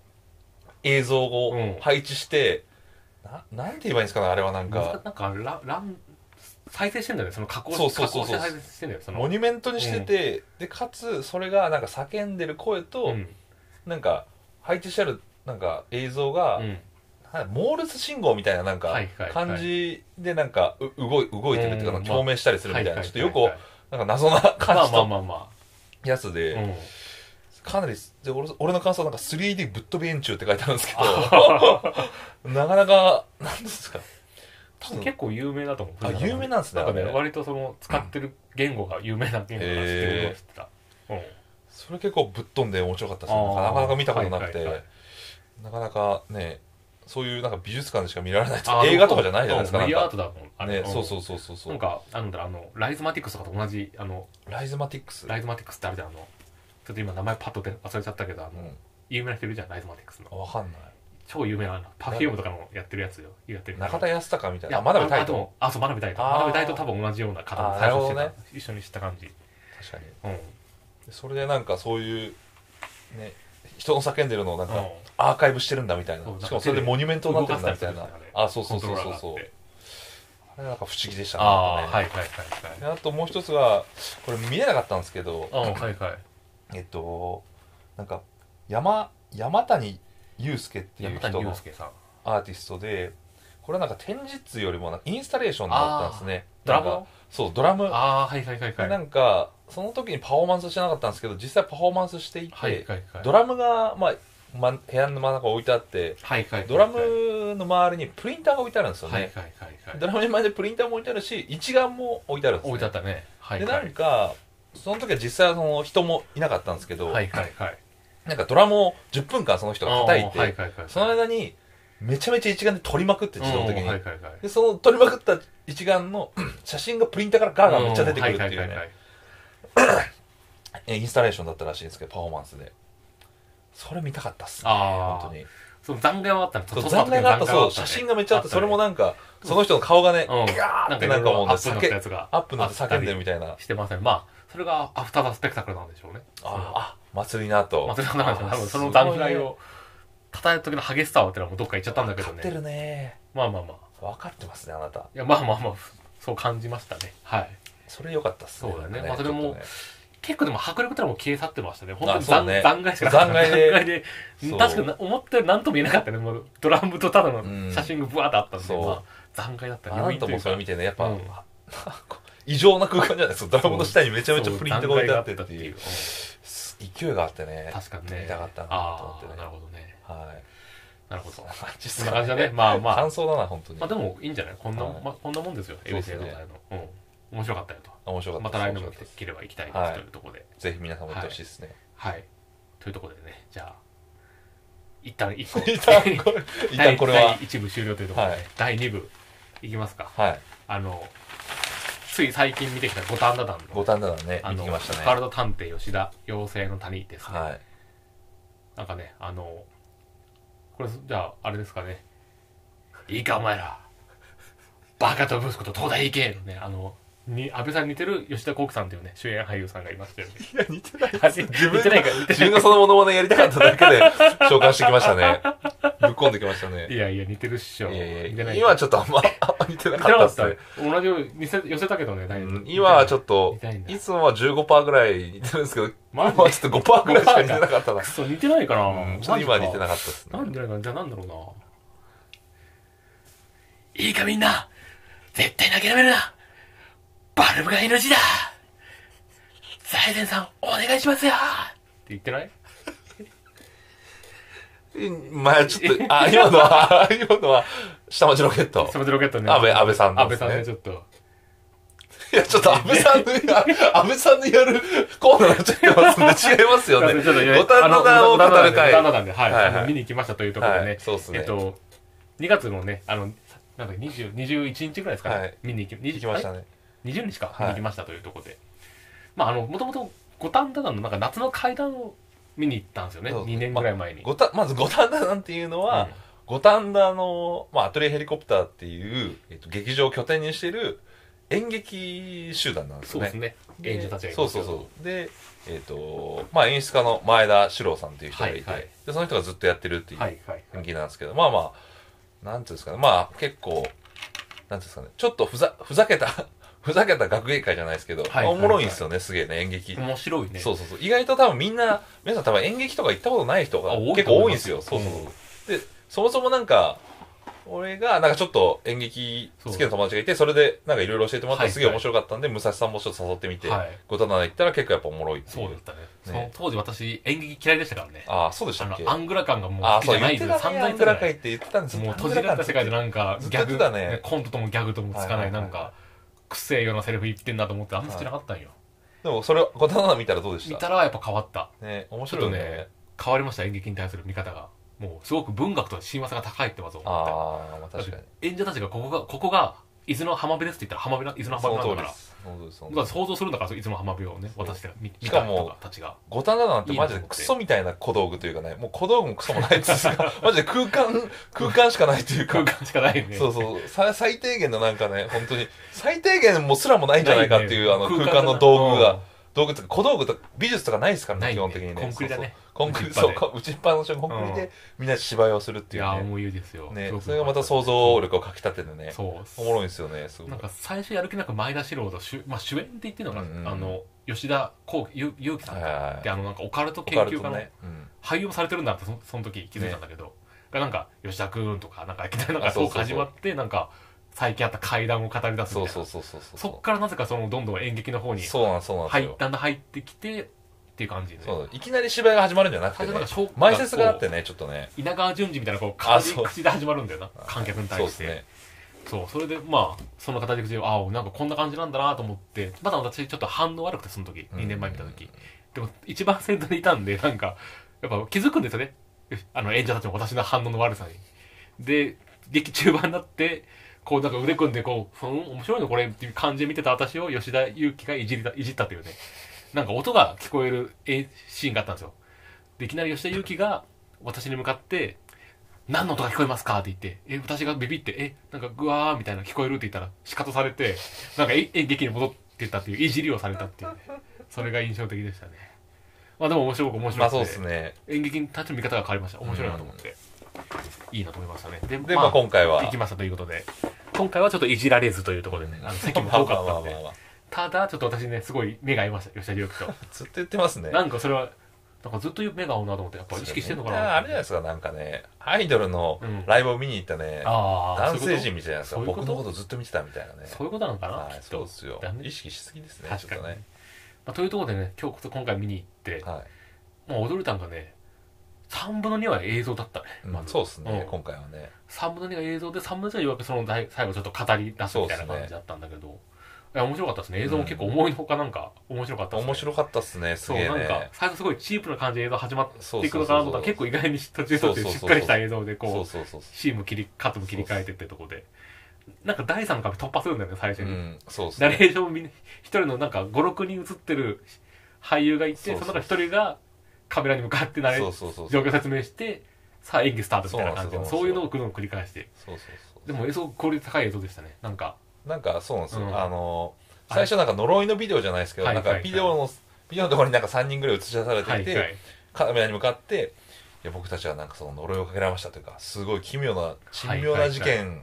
Speaker 2: 映像を
Speaker 1: うん
Speaker 2: 配置して、ななんて言えばいいんですかねあれはなん
Speaker 1: なん
Speaker 2: か
Speaker 1: か、ラン、ラン、再生してんだよね。その加工
Speaker 2: そう
Speaker 1: し
Speaker 2: そう
Speaker 1: 加
Speaker 2: そう
Speaker 1: 工
Speaker 2: そ
Speaker 1: し
Speaker 2: う
Speaker 1: て再生してんだよ。その
Speaker 2: モニュメントにしてて、でかつそれがなんか叫んでる声と、
Speaker 1: うん
Speaker 2: なんか配置してあるなんか映像が、
Speaker 1: うん
Speaker 2: なんかモールス信号みたいななんか
Speaker 1: はいはいはい
Speaker 2: 感じでなんかう動い動いてるっていうか、
Speaker 1: うん
Speaker 2: 共鳴したりするみたいな、
Speaker 1: はは
Speaker 2: ちょっとよく、
Speaker 1: はいはい
Speaker 2: なんか謎な感
Speaker 1: まあ
Speaker 2: じ
Speaker 1: まあ
Speaker 2: の
Speaker 1: まあま
Speaker 2: やつで、
Speaker 1: あ。うん
Speaker 2: かなりで俺俺の感想はなんか 3D ぶっ飛び円柱って 書いてあるんですけ
Speaker 1: あ
Speaker 2: どなかなかなんですか
Speaker 1: 多分結構有名だと思う。
Speaker 2: あ有名なんですね
Speaker 1: なんかね、
Speaker 2: あれ
Speaker 1: 割とその、使ってる言語が有名な言語だなっていうのを知ってた。うん
Speaker 2: それ結構ぶっ飛んで面白かったですね
Speaker 1: あー
Speaker 2: なかなか見たことなくて、
Speaker 1: はいはいはい
Speaker 2: なかなかねそういうなんか美術館でしか見られない
Speaker 1: あー
Speaker 2: 映画とかじゃないじゃないですか
Speaker 1: う
Speaker 2: なん
Speaker 1: んメディアア
Speaker 2: か
Speaker 1: ートだもんあれ
Speaker 2: ねそう
Speaker 1: う
Speaker 2: そうそうそうそ
Speaker 1: な
Speaker 2: うん
Speaker 1: かなんだろうあのライズマティックスとかと同じあの
Speaker 2: ライズマティックス
Speaker 1: ライズマティックスってあるじゃんあのちょっと今名前パッとで忘れちゃったけどあ
Speaker 2: う
Speaker 1: の、
Speaker 2: ん
Speaker 1: 有名な人いるじゃんライズマティックスの
Speaker 2: あわかんない
Speaker 1: 超有名なパフュームとかのやってるやつよやってる
Speaker 2: 中田康隆みたい
Speaker 1: い
Speaker 2: な
Speaker 1: や
Speaker 2: あ真鍋
Speaker 1: あ
Speaker 2: 大
Speaker 1: で
Speaker 2: 斗
Speaker 1: もあそう真鍋大斗
Speaker 2: あー
Speaker 1: 真鍋大斗と多分同じような方
Speaker 2: あー
Speaker 1: 最初して
Speaker 2: なる
Speaker 1: た
Speaker 2: ほ
Speaker 1: 一緒に知った感じ
Speaker 2: 確かに
Speaker 1: うんうん
Speaker 2: それでなんかそういうね人の叫んでるのをなんかアーカイブしてるんだみたいな
Speaker 1: そう
Speaker 2: しかもそれでモニュメントになってるんだみたい
Speaker 1: 動
Speaker 2: な
Speaker 1: かしたりするんですよね
Speaker 2: あそうそうそう
Speaker 1: コント
Speaker 2: そう
Speaker 1: ローラーが
Speaker 2: そ
Speaker 1: あっ
Speaker 2: う
Speaker 1: て
Speaker 2: あれなんか不思議でしたね
Speaker 1: ああ
Speaker 2: なん
Speaker 1: ー
Speaker 2: か
Speaker 1: は
Speaker 2: ね
Speaker 1: いはいはい
Speaker 2: で
Speaker 1: はい
Speaker 2: あともう一つがこれ見えなかったんですけど
Speaker 1: ああはいはい
Speaker 2: えっとなんか山山谷裕介っていう
Speaker 1: 山
Speaker 2: 人
Speaker 1: 谷
Speaker 2: の
Speaker 1: 祐介さん
Speaker 2: アーティストでこれはなんか展示っつうよりもなんかインスタレーションだったんですね
Speaker 1: ドラム
Speaker 2: なんかそうドラム
Speaker 1: ああーはいはいはいは
Speaker 2: で
Speaker 1: い
Speaker 2: なんかその時にパフォーマンスしてなかったんですけど実際パフォーマンスしていて、
Speaker 1: はいはいはい
Speaker 2: ドラムが、まあま、部屋の真ん中置いてあって
Speaker 1: はいはいはい
Speaker 2: ドラ
Speaker 1: はい
Speaker 2: ムの周りにプリンターが置いてあるんですよね、
Speaker 1: はいはいはい
Speaker 2: ドラムの前でプリンターも置いてあるし一眼も置いてあるんです、ね、
Speaker 1: 置いてあったねはい
Speaker 2: で
Speaker 1: は
Speaker 2: なん
Speaker 1: い
Speaker 2: かその時は実際はその人もいなかったんですけど、
Speaker 1: はいはいはい
Speaker 2: なんかドラムを10分間その人が叩いて、
Speaker 1: あーはいはいはい
Speaker 2: その間にめちゃめちゃ一眼で撮りまくって自動的に、
Speaker 1: うんはいはいはい
Speaker 2: でその撮りまくった一眼の 写真がプリンターからガーガーめっちゃ出てくるっていうね、
Speaker 1: んはいはいはいはい
Speaker 2: えーインスタレーションだったらしいんですけどパフォーマンスでそれ見たかったっすね
Speaker 1: あー
Speaker 2: 本当に
Speaker 1: その残骸はあったんです
Speaker 2: そう残念があったそう写真がめっちゃあってそれもなんかその人の顔がね
Speaker 1: うん
Speaker 2: ガーってなんかもうね
Speaker 1: アップにな
Speaker 2: 叫
Speaker 1: ったやつが
Speaker 2: アップの叫んでるみたいな
Speaker 1: してませんまあそれがアフターザスペクタクルなんでしょうね
Speaker 2: ああ祭りなと
Speaker 1: 松田なんですよ多分そ
Speaker 2: すご
Speaker 1: の
Speaker 2: いね
Speaker 1: 残骸を叩いた時の激しさはってのはもうどっか行っちゃったんだけど
Speaker 2: 勝って
Speaker 1: ね
Speaker 2: るね
Speaker 1: まあまあまあ
Speaker 2: 分かってますねあなた
Speaker 1: いやまあまあまあそう感じましたねはい
Speaker 2: それ良かったっすね
Speaker 1: そうだね
Speaker 2: なんか
Speaker 1: まあそれも
Speaker 2: ちょっとね
Speaker 1: 結構でも迫力ってのはもう消え去ってましたね本当に
Speaker 2: あそ
Speaker 1: 残,、
Speaker 2: うね
Speaker 1: 残骸しかなかった
Speaker 2: 残骸で
Speaker 1: で
Speaker 2: そう
Speaker 1: 確かに思ったより何とも言えなかったねもうドラムとただ
Speaker 2: う
Speaker 1: の
Speaker 2: ん
Speaker 1: 写真がブワーッとあったんで、
Speaker 2: そう
Speaker 1: まあ、残骸だった
Speaker 2: あなたもそれ見
Speaker 1: て
Speaker 2: てねやっぱ
Speaker 1: うん
Speaker 2: 異常な空間じゃないですかドラムの下にめちゃめちゃプリントが置いてあってっていう
Speaker 1: う
Speaker 2: す勢いがあってね
Speaker 1: 確かにね
Speaker 2: 見たかったなと
Speaker 1: あ
Speaker 2: 思っ
Speaker 1: あ
Speaker 2: てね
Speaker 1: ーなるほどね
Speaker 2: はい
Speaker 1: なるほど
Speaker 2: そ
Speaker 1: そんな感じだねまあまあ
Speaker 2: 感想だな本当に
Speaker 1: まあでもいいんじゃないこんな、
Speaker 2: はい
Speaker 1: まあ、こんなもんですよ
Speaker 2: そうですね
Speaker 1: ABC の題の、うん、面白かったよと
Speaker 2: 面白かった
Speaker 1: また来年も
Speaker 2: 面白
Speaker 1: 来て
Speaker 2: かった
Speaker 1: ければ行きたいです、
Speaker 2: はい
Speaker 1: というところで
Speaker 2: ぜひ皆さんも行ってほしいですね、
Speaker 1: はいというところでねじゃあ一旦一個
Speaker 2: 一旦これ一旦これは
Speaker 1: 第第一部終了というところで、
Speaker 2: はい
Speaker 1: 第二部いきますか
Speaker 2: はい
Speaker 1: あのつい最近見てきた五反田団
Speaker 2: 五
Speaker 1: の
Speaker 2: 反田だね
Speaker 1: あ
Speaker 2: 行
Speaker 1: の
Speaker 2: きました
Speaker 1: オカル
Speaker 2: ね
Speaker 1: ト探偵吉田妖精の谷ですね、
Speaker 2: はい
Speaker 1: なんかねあのこれじゃああれですかねいいかお前らバカと息子と東大行けのねあのに安倍さんに似てる吉田幸喜さんというね主演俳優さんがいましたよね
Speaker 2: いや似てない
Speaker 1: 自 分似てないか似て
Speaker 2: 自分がそのモノマネやりたかっただけで 召喚してきましたねぶっ込んできました
Speaker 1: い
Speaker 2: ね
Speaker 1: やいや似てるっし
Speaker 2: い
Speaker 1: ょ
Speaker 2: やい
Speaker 1: 似てな
Speaker 2: や
Speaker 1: い
Speaker 2: 今はちょっとあんまあんま似てな
Speaker 1: 似
Speaker 2: か
Speaker 1: て
Speaker 2: った
Speaker 1: なか
Speaker 2: っ
Speaker 1: っ
Speaker 2: す
Speaker 1: た
Speaker 2: ね
Speaker 1: 同じように寄せたけどねだいぶ
Speaker 2: うん今はちょっと
Speaker 1: 似てないんだ
Speaker 2: いつもは15%ぐらい似てるんですけど
Speaker 1: マ
Speaker 2: 今
Speaker 1: ジ
Speaker 2: はちょっと5%ぐらいしか似てなかったな
Speaker 1: クソ似てないかな、
Speaker 2: うんちょっと今は似てなか
Speaker 1: か
Speaker 2: ったですね
Speaker 1: なんでないかなじゃあなんだろうないいかみんな絶対諦めるなバルブが NG だ財前さんお願いしますよって言ってない
Speaker 2: うんまあちょっとあ今のは今のは下町ロケット
Speaker 1: スマートロケットね
Speaker 2: 安倍安倍さんの
Speaker 1: 安
Speaker 2: で
Speaker 1: 倍
Speaker 2: すね
Speaker 1: さんねちょっと
Speaker 2: いや、ちょっと安倍さんの、いや安倍さんのやるコーナーになっちゃってますんで、違いますよね。
Speaker 1: ちょっといや
Speaker 2: 五反田を語る
Speaker 1: 五反田
Speaker 2: 会。
Speaker 1: なんで、はい。
Speaker 2: はいはい
Speaker 1: あの見に行きましたというところで
Speaker 2: は
Speaker 1: ね
Speaker 2: い。そうっすね
Speaker 1: えっと、2月のね、あの、なんだっけ、20 21日ぐらいですか
Speaker 2: は
Speaker 1: ね
Speaker 2: い。
Speaker 1: 見に行き、
Speaker 2: 行きましたね。
Speaker 1: 20日か、
Speaker 2: はい
Speaker 1: 見に来ましたというところで、まあ、あの、もともと五反田団のなんか夏の階段を見に行ったんですよね、
Speaker 2: そう
Speaker 1: 2年ぐらい前に。
Speaker 2: ごた、まず五反田なんていうのは、五反田の、まあ、アトリエヘリコプターっていう、えっと、劇場を拠点にしている演劇集団なん
Speaker 1: うん
Speaker 2: です
Speaker 1: そ
Speaker 2: よ
Speaker 1: うです
Speaker 2: ね。
Speaker 1: ね、演者たちがい
Speaker 2: そう
Speaker 1: ますけ
Speaker 2: そう
Speaker 1: ど
Speaker 2: そう。で、えっと、まあ、演出家の前田史郎さんっていう人がいて、
Speaker 1: はいはい
Speaker 2: でその人がずっとやってるっていう
Speaker 1: はいはいは
Speaker 2: 演
Speaker 1: い。
Speaker 2: 技なんですけど、まあまあ、なんていうんですかね、まあ結構、なんていうんですかね、ちょっとふざ、ふざけた、 ふざけた学芸会じゃないですけど、
Speaker 1: はい
Speaker 2: まあおもろいんですよね、すげえね、演劇。
Speaker 1: 面白いね。
Speaker 2: そうそうそう。意外と多分みんな、皆さん多分演劇とか行ったことない人が
Speaker 1: あ多いと思います
Speaker 2: 結構多いんですよ。そうそうそう。で、そもそもなんか、俺が、なんかちょっと演劇好きな友達がいて、それでなんかいろいろ教えてもらった
Speaker 1: はい
Speaker 2: らすげえ面白かったんで、武蔵さんもちょっと誘ってみて
Speaker 1: はい、
Speaker 2: ごたな行ったら結構やっぱおもろいってい
Speaker 1: そうだ
Speaker 2: う
Speaker 1: っ。たね。その当時私、演劇嫌いでしたからね。
Speaker 2: ああ、そうでし
Speaker 1: あ
Speaker 2: たっけ
Speaker 1: の、アングラ感がもう
Speaker 2: あ
Speaker 1: 好
Speaker 2: あ、そ
Speaker 1: きじ
Speaker 2: う、
Speaker 1: ゃな
Speaker 2: 言
Speaker 1: い
Speaker 2: って
Speaker 1: で
Speaker 2: た
Speaker 1: す
Speaker 2: ね、
Speaker 1: よ。
Speaker 2: アングラ会って言ってたんですよ。
Speaker 1: もう閉じられた世界でなんか
Speaker 2: ずっと
Speaker 1: ギ
Speaker 2: や
Speaker 1: ャ
Speaker 2: って
Speaker 1: グ、
Speaker 2: たね
Speaker 1: コントともギャグともつかないなん
Speaker 2: はいはいは
Speaker 1: かくせえようなセリフ言ってんなと思ってあんま好きなかったんよ、
Speaker 2: でもそれを、ごたな見たらどうでした
Speaker 1: 見たらやっぱ変わった
Speaker 2: ね面
Speaker 1: ちょっ
Speaker 2: 白
Speaker 1: と
Speaker 2: い
Speaker 1: ね
Speaker 2: ね。
Speaker 1: 変わりました演劇に対する見方がもうすごく文学とは親和性が高いってまず思って
Speaker 2: ああまあ確かに
Speaker 1: だって演者たちがここがここが伊豆の浜辺ですって言ったら浜辺な伊豆の
Speaker 2: そ
Speaker 1: 浜
Speaker 2: の通
Speaker 1: 辺
Speaker 2: りで
Speaker 1: なんだから
Speaker 2: すその通りですその通り
Speaker 1: だから
Speaker 2: です
Speaker 1: 想像するんだからそう伊豆の浜辺をね私たちが見見
Speaker 2: しか
Speaker 1: た
Speaker 2: も
Speaker 1: 人たちが
Speaker 2: 五反田なんてマジでクソみたいな小道具というかねもう小道具もクソもないです がマジで空間空間しかないというか
Speaker 1: 空間しかないよね
Speaker 2: そうそうさ最低限のなんかね本当に最低限もすらもないんじゃないかっていう、
Speaker 1: な
Speaker 2: あ
Speaker 1: いね
Speaker 2: の空間の道具
Speaker 1: うん
Speaker 2: が道具とか小道具とか美術とかないですからね
Speaker 1: ないね
Speaker 2: 基本的にね
Speaker 1: コンクリだね
Speaker 2: そうそうコンクリ
Speaker 1: 打ちっぱ
Speaker 2: そ
Speaker 1: で
Speaker 2: うこ打ちっぱの人がコンクリ
Speaker 1: うん
Speaker 2: でみんな芝居をするって
Speaker 1: い
Speaker 2: いう
Speaker 1: や
Speaker 2: ね,、
Speaker 1: 思い出ですよ
Speaker 2: ね
Speaker 1: すごく
Speaker 2: それがまた想像力をかきたててね
Speaker 1: そう
Speaker 2: おもろいんですよねすご
Speaker 1: なん
Speaker 2: く
Speaker 1: か最初やる気なく前田四郎と主,、まあ、主演って言ってるのかな、
Speaker 2: うんうん
Speaker 1: あの吉田こうゆゆうきさ
Speaker 2: は
Speaker 1: んか
Speaker 2: い
Speaker 1: っ
Speaker 2: は
Speaker 1: て、
Speaker 2: いはい
Speaker 1: あのなんかオカルト
Speaker 2: オ
Speaker 1: 研
Speaker 2: カ
Speaker 1: 究
Speaker 2: ル
Speaker 1: 家
Speaker 2: ト
Speaker 1: の
Speaker 2: ね、うん
Speaker 1: 俳優もされてるんだってそその時気づいたんだけど、がなんか吉田君とかなんかいきなりなんか
Speaker 2: あそ
Speaker 1: ト
Speaker 2: うそう
Speaker 1: ーク
Speaker 2: そう
Speaker 1: 始まってなんか最近あった怪談を語り出すみたい
Speaker 2: そう
Speaker 1: な
Speaker 2: そうそうそうそう
Speaker 1: そっからなぜかそのどんどん演劇の方に
Speaker 2: そうなんそうなんです
Speaker 1: 入っ
Speaker 2: よ
Speaker 1: だんだん入ってきてっていう感じで、
Speaker 2: そういきなり芝居が始まるんじゃなくて
Speaker 1: 最
Speaker 2: ね
Speaker 1: 初なんか小
Speaker 2: 前説があってねちょっとね
Speaker 1: 稲川淳二みたいなこう
Speaker 2: あ
Speaker 1: 口
Speaker 2: そう
Speaker 1: 口で始まるんだよな観客に
Speaker 2: そう
Speaker 1: 対
Speaker 2: で
Speaker 1: し
Speaker 2: す
Speaker 1: て
Speaker 2: ね
Speaker 1: そう、それで、まあ、その形で口で、ああ、なんかこんな感じなんだなと思って、まだ私ちょっと反応悪くて、その時、
Speaker 2: うん
Speaker 1: 2年前見た時。でも、一番先頭にいたんで、なんか、やっぱ気づくんですよね。あの、演者たちも私の反応の悪さに。で、劇中盤になって、こうなんか腕組んで、こう、ふん、面白いのこれっていう感じで見てた私を吉田裕樹がいじりた、いじったというね。なんか音が聞こえるえシーンがあったんですよ。で、いきなり吉田裕樹が私に向かって、何の音が聞こえますかって言って、え、私がビビって、え、なんかグワーみたいなの聞こえるって言ったら、仕方されて、なんかえ演劇に戻ってったっていう、いじりをされたっていうね。それが印象的でしたね。まあでも面白く面白くて、
Speaker 2: まあそうですね
Speaker 1: 演劇に対する見方が変わりました。面白いなと思って。いいなと思いましたね。で、
Speaker 2: でまあ今回は
Speaker 1: 行きましたということで、今回はちょっといじられずというところでね、あの席も
Speaker 2: まあ
Speaker 1: 遠
Speaker 2: ま
Speaker 1: か
Speaker 2: あ
Speaker 1: っ
Speaker 2: ま
Speaker 1: た
Speaker 2: あ
Speaker 1: ん
Speaker 2: まあ
Speaker 1: で、
Speaker 2: まあ
Speaker 1: ただちょっと私ね、すごい目が合いました、吉田裕樹と。
Speaker 2: ずっと言って ますね
Speaker 1: なんかそれは、なんかずっと目が合うなと思って、やっぱ意識してんのか
Speaker 2: みん
Speaker 1: な。
Speaker 2: あれじゃないですかなんかねアイドルの
Speaker 1: うん
Speaker 2: ライブを見に行ったね、
Speaker 1: ああ、
Speaker 2: 男性陣みたいなやつが
Speaker 1: そういうこと
Speaker 2: 僕のことずっと見てたみたいなね
Speaker 1: そういうことなのかな、
Speaker 2: はい
Speaker 1: きっ
Speaker 2: そうで
Speaker 1: と。
Speaker 2: すよ
Speaker 1: だね
Speaker 2: 意識しすぎですね
Speaker 1: 確か
Speaker 2: ちょっ
Speaker 1: に
Speaker 2: とね
Speaker 1: ね、まあ。というところでね、今日、今回見に行って、
Speaker 2: は
Speaker 1: もう驚いたのがね、3分の2は映像だったね。
Speaker 2: い、まあ、そうですね、
Speaker 1: うん
Speaker 2: 今回はね
Speaker 1: 3分の2が映像で、3分の1はようやくその大最後ちょっと語り出すみたいな
Speaker 2: そうっすね
Speaker 1: 感じだったんだけど、いや、面白かったですね。映像も結構思いのほかなんか面白かったですね。
Speaker 2: 面白かったっすねす
Speaker 1: そう、
Speaker 2: げえ
Speaker 1: なんか
Speaker 2: ね、
Speaker 1: 最初すごいチープな感じで映像始まっていくのかなと思った
Speaker 2: そう
Speaker 1: ら、結
Speaker 2: そ
Speaker 1: 構意外に途中途中しっかりした映像で、
Speaker 2: そう
Speaker 1: こ
Speaker 2: そうそうそう
Speaker 1: う、シーンも切り、カットも切り替えてってとこで、なんか第三の壁突破するんだよね、最初
Speaker 2: う
Speaker 1: に。
Speaker 2: んそうです
Speaker 1: ナレ
Speaker 2: ね
Speaker 1: ーションをみんな一人のなんか5、6人映ってる俳優がいて、
Speaker 2: そう
Speaker 1: そ
Speaker 2: そう
Speaker 1: の中一人がカメラに向かってナレ
Speaker 2: そ
Speaker 1: ー
Speaker 2: うそうそうそ
Speaker 1: 状
Speaker 2: う
Speaker 1: 況説明して、さあ演技スタートみたいな感
Speaker 2: そう
Speaker 1: じで、
Speaker 2: なんですよ
Speaker 1: そういうのを繰り返して。
Speaker 2: そうそう
Speaker 1: でも映像、クオリティ高い映像でしたね。なんか、
Speaker 2: なんかそうなんですよ、
Speaker 1: うん
Speaker 2: あの
Speaker 1: あれ
Speaker 2: 最初なんか呪いのビデオじゃないですけど、
Speaker 1: はい
Speaker 2: なんかビデオの、ビデオのところになんか3人ぐらい映し出されていて、
Speaker 1: はいはい。
Speaker 2: カメラに向かっていや僕たちはなんかその呪いをかけられましたというかすごい奇妙な珍妙な事件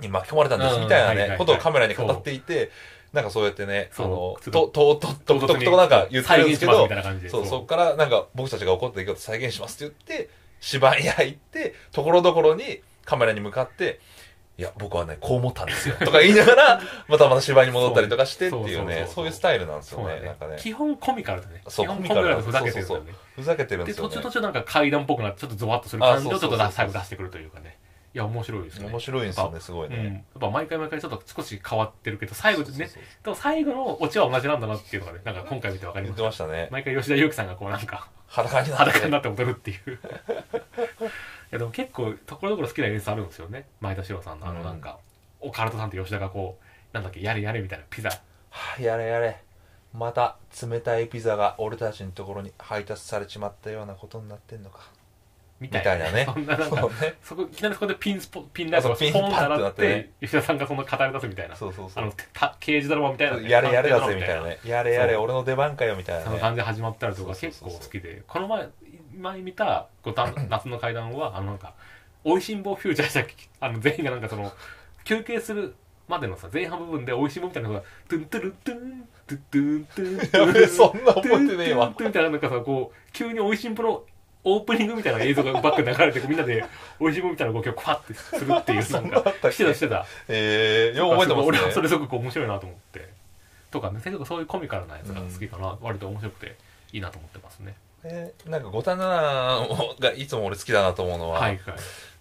Speaker 2: に巻き込まれたんで
Speaker 1: う
Speaker 2: す
Speaker 1: ん
Speaker 2: みたいな
Speaker 1: はいはいは
Speaker 2: ね
Speaker 1: い
Speaker 2: ことをカメラに語っていてなんかそうやってねあ
Speaker 1: そう
Speaker 2: の
Speaker 1: ち
Speaker 2: と
Speaker 1: ょっ
Speaker 2: とと独特となんか言ってるんですけ
Speaker 1: 再現しますみ
Speaker 2: ど
Speaker 1: たいな感じで。
Speaker 2: そうそこからなんか僕たちが怒った出来事を再現しますって言って芝居に入ってところどころにカメラに向かっていや僕はねこう思ったんですよとか言いなが らまたまた芝居に戻ったりとかしてっていうね
Speaker 1: そうそうそうそう
Speaker 2: そういうスタイルなんです
Speaker 1: そ
Speaker 2: よ
Speaker 1: うだ
Speaker 2: ね
Speaker 1: ね
Speaker 2: なんかね
Speaker 1: 基本コミカルだね。
Speaker 2: そう
Speaker 1: 基本
Speaker 2: コミ
Speaker 1: コ
Speaker 2: カ
Speaker 1: ミカ
Speaker 2: ル
Speaker 1: ル
Speaker 2: な
Speaker 1: でふざけてるんだよね。
Speaker 2: ふざけてるんで
Speaker 1: で、
Speaker 2: すよね
Speaker 1: 途中途中なんか階段っぽくなって、ちょっとゾワッとする感じを
Speaker 2: あそ
Speaker 1: ちょ
Speaker 2: うそ
Speaker 1: っと
Speaker 2: うそうそう
Speaker 1: 最後出してくるというかね。いや、面白いですね。
Speaker 2: 面白いんですよねすごい
Speaker 1: うん、や
Speaker 2: ね
Speaker 1: っぱ毎回毎回ちょっと少し変わってるけど、最後でね
Speaker 2: そうそうそう
Speaker 1: でも最後のオチは同じなんだなっていうのがね、なんか今回見てわかり
Speaker 2: 言っ
Speaker 1: ましてた。
Speaker 2: ましたね
Speaker 1: 毎回吉田裕樹さんがこうなんか
Speaker 2: 裸になって
Speaker 1: 裸になって踊るっていういやでも結構ところどころ好きな演出あるんですよね前田志郎さんのあのなんか、オカルトさんと吉田がこうなんだっけやれやれみたいなピザ
Speaker 2: はあ やれやれまた冷たいピザが俺たちのところに配達されちまったようなことになってんのか
Speaker 1: み
Speaker 2: み
Speaker 1: た
Speaker 2: た
Speaker 1: い
Speaker 2: い
Speaker 1: な
Speaker 2: なね
Speaker 1: そんななんか
Speaker 2: そうね
Speaker 1: そこいきなりそこでピンスポピンライトが
Speaker 2: そうピン
Speaker 1: ポンって
Speaker 2: パッて
Speaker 1: な
Speaker 2: な
Speaker 1: っ
Speaker 2: ってね
Speaker 1: て吉田さんがその語り出すみたいな
Speaker 2: そうそうそ
Speaker 1: あ
Speaker 2: う
Speaker 1: のてた刑事ドラマみたいなね
Speaker 2: やれやれだぜみたいなねやれやれ
Speaker 1: そう
Speaker 2: 俺の出番かよみたい
Speaker 1: そ
Speaker 2: な
Speaker 1: の
Speaker 2: ね
Speaker 1: 感じで始まったりとか
Speaker 2: そう
Speaker 1: 結
Speaker 2: そ
Speaker 1: 構
Speaker 2: うそうそう
Speaker 1: 好きでこの前前見た五 反田夏の階段はあのなんか「おいしんぼフューチャーしたあの全員がなんかその休憩するまでのさ前半部分で「おいしんぼ」みたいなのが「トゥントゥルトゥントゥントゥントゥントゥン」
Speaker 2: やべそんな覚えてねえわ
Speaker 1: トゥントゥントゥンみたいななんかさこう急に「おいしんぼ」のオープニングみたいな映像がバックに流れてみんなで「おいしんぼ」みたいな動きをパッてする っていうなん
Speaker 2: んなあったっ
Speaker 1: か
Speaker 2: け
Speaker 1: してたしてた
Speaker 2: えーよう覚えてますね
Speaker 1: 俺はそれすごく面白いなと思ってとかね結構そういうコミカルなやつが好きかな、割と面白くていいなと思ってますね
Speaker 2: えーなんか五反田がいつも俺好きだなと思うのは
Speaker 1: はいはい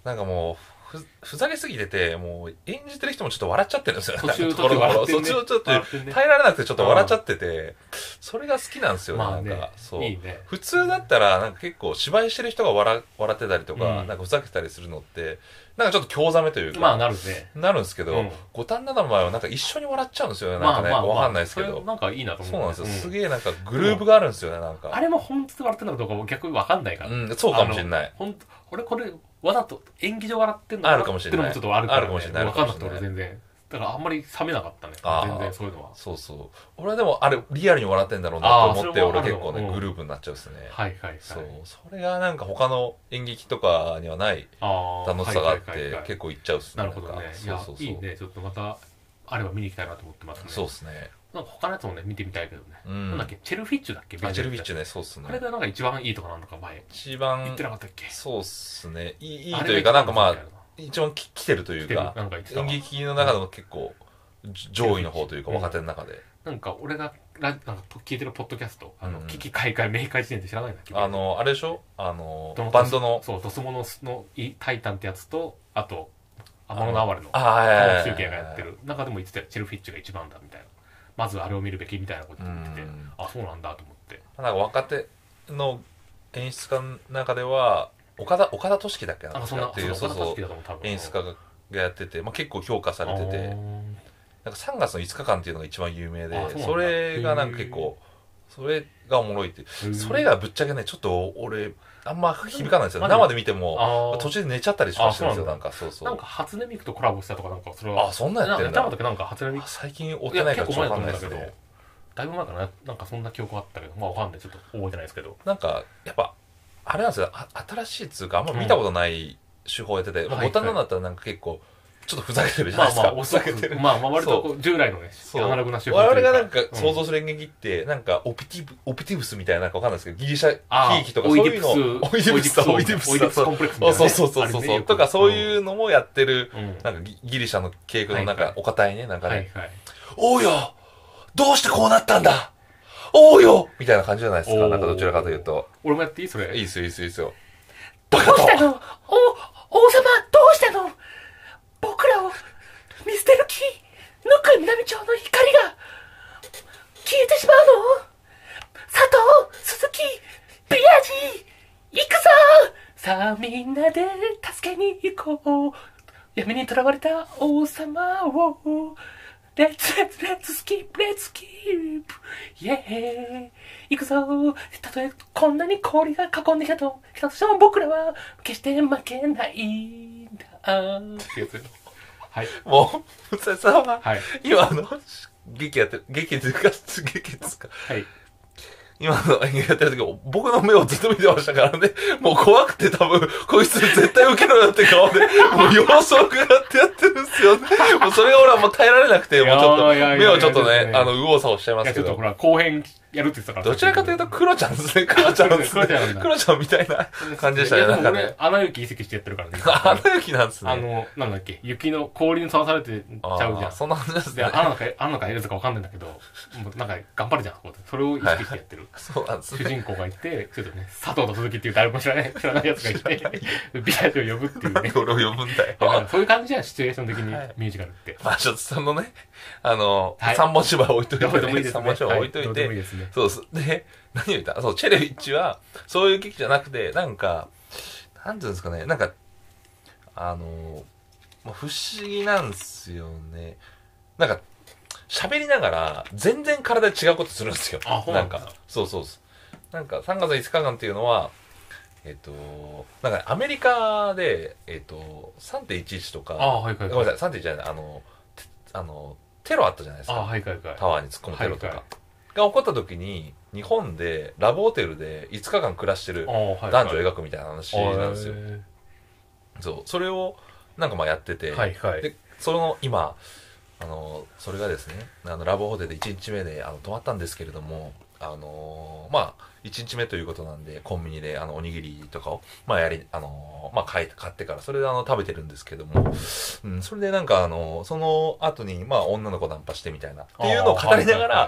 Speaker 2: なんかもうふふざけすぎてて、もう演じてる人もちょっと笑っちゃってるんですよ。
Speaker 1: 途中
Speaker 2: ところどころ
Speaker 1: ちょ
Speaker 2: 途
Speaker 1: っと笑って
Speaker 2: 中ちょっと
Speaker 1: んね笑ってんね
Speaker 2: 耐えられなくてちょっと笑っちゃってて、それが好きなんですよね、
Speaker 1: ま
Speaker 2: な
Speaker 1: あ
Speaker 2: ん
Speaker 1: ね
Speaker 2: か。そう。
Speaker 1: いいね
Speaker 2: 普通だったら、なんか結構芝居してる人が笑笑ってたりとか、
Speaker 1: うん
Speaker 2: なんかふざけてたりするのって、なんかちょっと興ざめというか、
Speaker 1: まあなるね
Speaker 2: なるんですけど、
Speaker 1: うん
Speaker 2: 五反田の場合はなんか一緒に笑っちゃうんですよね、なん
Speaker 1: ま
Speaker 2: か
Speaker 1: あ
Speaker 2: ね。
Speaker 1: まあ
Speaker 2: わかんないですけ
Speaker 1: それ
Speaker 2: ど。
Speaker 1: なんかいいなと思う
Speaker 2: そうなんですよ。すげえなんかグ
Speaker 1: ん
Speaker 2: ルーブがあるんですよね、なん
Speaker 1: あ
Speaker 2: か。
Speaker 1: れも本当で笑ってるのかどうかも逆に分かんないから、
Speaker 2: うん、そうかもしれない。
Speaker 1: 本当俺これわざと演技上笑ってんのな
Speaker 2: あるかもしれない
Speaker 1: ってのもちょっとあるか
Speaker 2: あ
Speaker 1: ら、ね、
Speaker 2: るかもしれない
Speaker 1: 分かんなくて
Speaker 2: ある
Speaker 1: 俺
Speaker 2: かも
Speaker 1: 全然だからあんまり冷めなかったね
Speaker 2: あー
Speaker 1: 全然そういうのは
Speaker 2: そうそう。俺はでもあれリアルに笑ってんだろうなと思って、
Speaker 1: あーそれ
Speaker 2: 俺
Speaker 1: はある
Speaker 2: 結
Speaker 1: よ
Speaker 2: 構ね、
Speaker 1: うん
Speaker 2: グループになっちゃうですね。
Speaker 1: はいはいはい
Speaker 2: そう。それがなんか他の演劇とかにはない
Speaker 1: あー
Speaker 2: 楽しさがあっ
Speaker 1: はいはいはい
Speaker 2: て
Speaker 1: は、い
Speaker 2: 結構行っちゃうっすね。
Speaker 1: なるほど
Speaker 2: んか
Speaker 1: ねい
Speaker 2: そ
Speaker 1: や
Speaker 2: うそうそう。
Speaker 1: いいねちょっとまたあれば見に行きたいなと思ってますね
Speaker 2: そうっすね。
Speaker 1: なんか他のやつもね見てみたいけどね、
Speaker 2: うん
Speaker 1: なんだっけチェルフィッチュだっけ
Speaker 2: アチェルビッチ
Speaker 1: ュ
Speaker 2: ュね、そうっすね
Speaker 1: あ。れがなんか一番いいとかなんとか前
Speaker 2: 一
Speaker 1: 言っ
Speaker 2: 番
Speaker 1: て、なかったっけ
Speaker 2: そうっすね。いいいい
Speaker 1: あれ
Speaker 2: と
Speaker 1: が
Speaker 2: いう
Speaker 1: 一番
Speaker 2: か、なんかま
Speaker 1: み
Speaker 2: あ
Speaker 1: たい、
Speaker 2: 一番き来てるという
Speaker 1: 来てるなん
Speaker 2: か、
Speaker 1: か言ってたわ
Speaker 2: 演劇の中でも結構じ上位の方というか、若手の中で。
Speaker 1: なんか俺がラなんか聞いてるポッドキャスト、あの
Speaker 2: うん
Speaker 1: 危機開会明快時点って知らないんだっけ
Speaker 2: あの、あれでしょあの
Speaker 1: ど、
Speaker 2: バンドの、
Speaker 1: そうドスモノスのいタイタンってやつとあと天野の哀れの
Speaker 2: ああ、はいはいはい
Speaker 1: 中継がやってる中でも言ってたよチェルフィッチュが一番だみたいなまずあれを見るべきみたいなこと言ってて
Speaker 2: うん
Speaker 1: あそうなんだと思って
Speaker 2: なんか若手の演出家の中では、岡田、岡田俊樹だっけな
Speaker 1: なん
Speaker 2: ん
Speaker 1: か
Speaker 2: か
Speaker 1: そんな
Speaker 2: っていう、そ
Speaker 1: そ
Speaker 2: うう
Speaker 1: 岡田
Speaker 2: そ
Speaker 1: 好
Speaker 2: う
Speaker 1: き。だと思う多分
Speaker 2: 演出家がやってて、まあ、結構評価されてて
Speaker 1: あ
Speaker 2: なんか
Speaker 1: ー
Speaker 2: 3月の5日間っていうのが一番有名
Speaker 1: あ
Speaker 2: で
Speaker 1: そうなん
Speaker 2: そ
Speaker 1: だ
Speaker 2: れがなんか結構それがおもろいって
Speaker 1: へー
Speaker 2: それがぶっちゃけねちょっと俺あんま響かないんですよ
Speaker 1: なんで
Speaker 2: 生で見ても
Speaker 1: あー
Speaker 2: 途中で寝ちゃったりしましたんですよ
Speaker 1: あそうな
Speaker 2: なんんかそうそ
Speaker 1: な
Speaker 2: うん
Speaker 1: か初音ミクとコラボしたとかなんかそれは
Speaker 2: あそんなんやって
Speaker 1: なんんか
Speaker 2: だ
Speaker 1: 歌だけなんか初音ミ
Speaker 2: あ
Speaker 1: ク
Speaker 2: 最近追っ
Speaker 1: い
Speaker 2: て
Speaker 1: や
Speaker 2: ないか
Speaker 1: 結
Speaker 2: らち
Speaker 1: 構
Speaker 2: ょっと
Speaker 1: 前
Speaker 2: わ
Speaker 1: だ
Speaker 2: かんなんいで
Speaker 1: と思うだけ
Speaker 2: す
Speaker 1: ど
Speaker 2: ね
Speaker 1: だいぶ前からななんかそんな記憶はあったけどまあわかんないちょっと覚えてないですけど
Speaker 2: なんかやっぱあれなんですよあ新しいっつうかあんま見たことない手法やってて、まあ、
Speaker 1: はい
Speaker 2: ボタンのだったらなんか結構ちょっとふざけてるじゃ
Speaker 1: ま
Speaker 2: ない
Speaker 1: あ
Speaker 2: です
Speaker 1: ま
Speaker 2: か、
Speaker 1: あおそらくまあまあ割とこう従来のね
Speaker 2: そう
Speaker 1: アナログな手法
Speaker 2: 我
Speaker 1: とい
Speaker 2: 々
Speaker 1: う
Speaker 2: がなんか想
Speaker 1: うん
Speaker 2: 像する演劇って、なんかオプティブ、オプティブスみたいななんかわかんないですけど、ギリシャ、
Speaker 1: あ
Speaker 2: 悲
Speaker 1: ー
Speaker 2: 劇とかそういうの、
Speaker 1: オイディプス
Speaker 2: オイディプスだ、オイディプスだ
Speaker 1: オイディプスコンプレックスみたい
Speaker 2: そう
Speaker 1: なね
Speaker 2: そうそうそうそう
Speaker 1: あれねよく
Speaker 2: とかそういうのもやってる、
Speaker 1: うん
Speaker 2: なんかギギリシャの稽古のなん
Speaker 1: はい
Speaker 2: か
Speaker 1: はい、
Speaker 2: お堅いね、なんかね、
Speaker 1: はいはい
Speaker 2: おうよどうしてこうなったんだおうよみたいな感じじゃないです
Speaker 1: お
Speaker 2: か、
Speaker 1: ー
Speaker 2: なんかどちらかというと。
Speaker 1: 俺もやっていいそれ
Speaker 2: いいっすよ、いいっすよ、いいっすよ。
Speaker 3: ど
Speaker 2: バ
Speaker 3: う
Speaker 2: カと
Speaker 3: したのお、王様、どうしたの僕らを見捨てる気ぬく南町の光が消えてしまうの佐藤、鈴木、ビアジ、行くぞさあみんなで助けに行こう。闇に囚われた王様を、レッツレッツレッツスキープレッツスキープイェーイ行くぞたとえこんなに氷が囲んできたと、来たとしても僕らは決して負けないん だ。
Speaker 1: ってやつはい
Speaker 2: もう、武蔵さんは、
Speaker 1: はい
Speaker 2: 今あの、劇やってる、劇というか、劇ですか。
Speaker 1: はい
Speaker 2: 今の演劇やってる時、僕の目をずっと見てましたからね。もう怖くて多分、こいつ絶対受けろよって顔で、もう様子を伺ってやってるんですよね。もうそれが俺はもう耐えられなくて、もうちょっと、
Speaker 1: いやいやいやい
Speaker 2: 目
Speaker 1: や
Speaker 2: をちょっと
Speaker 1: です
Speaker 2: ね、
Speaker 1: ね
Speaker 2: あの、右往左往しちゃいま
Speaker 1: い
Speaker 2: す
Speaker 1: や
Speaker 2: け
Speaker 1: ちょっと
Speaker 2: ど
Speaker 1: ほ。ら後編やるって言ってたから
Speaker 2: どちらかというと、クロちゃんですね。クロちゃんですね。
Speaker 1: 黒ちゃんなんだ
Speaker 2: クロちゃんみたいな感じでした
Speaker 1: い
Speaker 2: ね。
Speaker 1: や
Speaker 2: なん
Speaker 1: でも
Speaker 2: か
Speaker 1: 俺
Speaker 2: ね。
Speaker 1: 穴雪移籍してやってるからね
Speaker 2: あ、穴雪なんですね。
Speaker 1: あのなんだっけ雪の氷にさらされてち
Speaker 2: あー、
Speaker 1: ゃうじゃん
Speaker 2: そんな感じです
Speaker 1: で、
Speaker 2: ね。
Speaker 1: あの中、あの中入れるかわかんないんだけど、もうなんか頑張るじゃん、そこでそれを意識してやってる。
Speaker 2: そうなんです
Speaker 1: 主
Speaker 2: ね。
Speaker 1: 人公がいて、ちょっとね、佐藤と鈴木っていう誰も知らない、知らないやつがいて、ビアジを呼ぶっていう
Speaker 2: なん
Speaker 1: ね。
Speaker 2: で俺を呼ぶんだよ
Speaker 1: いや。なんかそういう感じじゃん、シチュエーション的に
Speaker 2: はい
Speaker 1: ミュージカルって。
Speaker 2: まあ、ちょっとそのね、あの、
Speaker 1: はい
Speaker 2: 三本芝居置いといて、
Speaker 1: どうでもいいですね
Speaker 2: 三本芝居置いと
Speaker 1: はいいどうで
Speaker 2: て、
Speaker 1: もいいですね
Speaker 2: そうです。で、何を言ったそう、チェレビッチは、そういう劇じゃなくて、なんか、なんていうんですかね、なんか、あの、まあ、不思議なんですよね。なんか、喋りながら、全然体違うことするんですよ。
Speaker 1: あそうなんだ
Speaker 2: か、そうそうそう。なんか、3月5日間っていうのは、えっと、なんかね、アメリカで、えっと、3.11とか、
Speaker 1: ああ、はいはい
Speaker 2: ごめん
Speaker 1: はい。
Speaker 2: なさい、3.1じゃない、あの、てあの、テロあったじゃないです
Speaker 1: ああ、
Speaker 2: か。
Speaker 1: はいはいはい。
Speaker 2: タワーに突っ込むテロとか。
Speaker 1: はいは
Speaker 2: が起こった時に、日本でラブホテルで5日間暮らしてる
Speaker 1: ああ、はいはい。
Speaker 2: 男女を描くみたいな話なんですよ。
Speaker 1: へ
Speaker 2: そう。それを、なんかまあやってて、
Speaker 1: ーはいはい。
Speaker 2: で、その今、あの、それがですね、あの、ラブホテルで1日目で、あの、泊まったんですけれども、あのーまあ、1日目ということなんで、コンビニで、あの、おにぎりとかを、まあ、やり、あのーまあ、買い、買ってから、それで、あの、食べてるんですけども、うん、それでなんか、あのその後に、まあ、女の子ナンパしてみたいな、っていうのを語りながら、
Speaker 1: ああ、はいはいはいは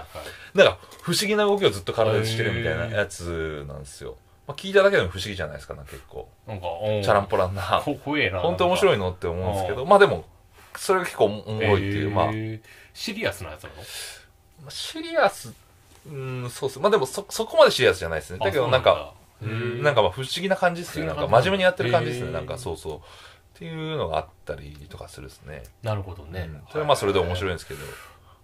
Speaker 1: い
Speaker 2: なんか、不思議な動きをずっと体でしてるみたいなやつなんですよ。まあ、聞いただけでも不思議じゃないですか、なんか結構。
Speaker 1: なんか、お
Speaker 2: チャランポランな。
Speaker 1: こ怖えな。
Speaker 2: 本当面白
Speaker 1: い
Speaker 2: いのって思うんですけど、まあでも、それが結構おもろいっていう、まあ、
Speaker 1: シリアスなやつなの
Speaker 2: まあシリアス、うん、そうっす。まあでもそ、そこまでシリアスじゃないですね。だけどなんか、、
Speaker 1: あそうなんだ
Speaker 2: なんかまあ不思議な感じですね。
Speaker 1: 不
Speaker 2: な
Speaker 1: 思
Speaker 2: んか
Speaker 1: 議な
Speaker 2: 真
Speaker 1: 感じ
Speaker 2: 面目にやってる感じです
Speaker 1: へ
Speaker 2: ね。
Speaker 1: ー
Speaker 2: なんかそうそう。っていうのがあったりとかするですね。
Speaker 1: なるほど
Speaker 2: ね
Speaker 1: ね。
Speaker 2: それはまあそれで面白い
Speaker 1: い。
Speaker 2: んですけど、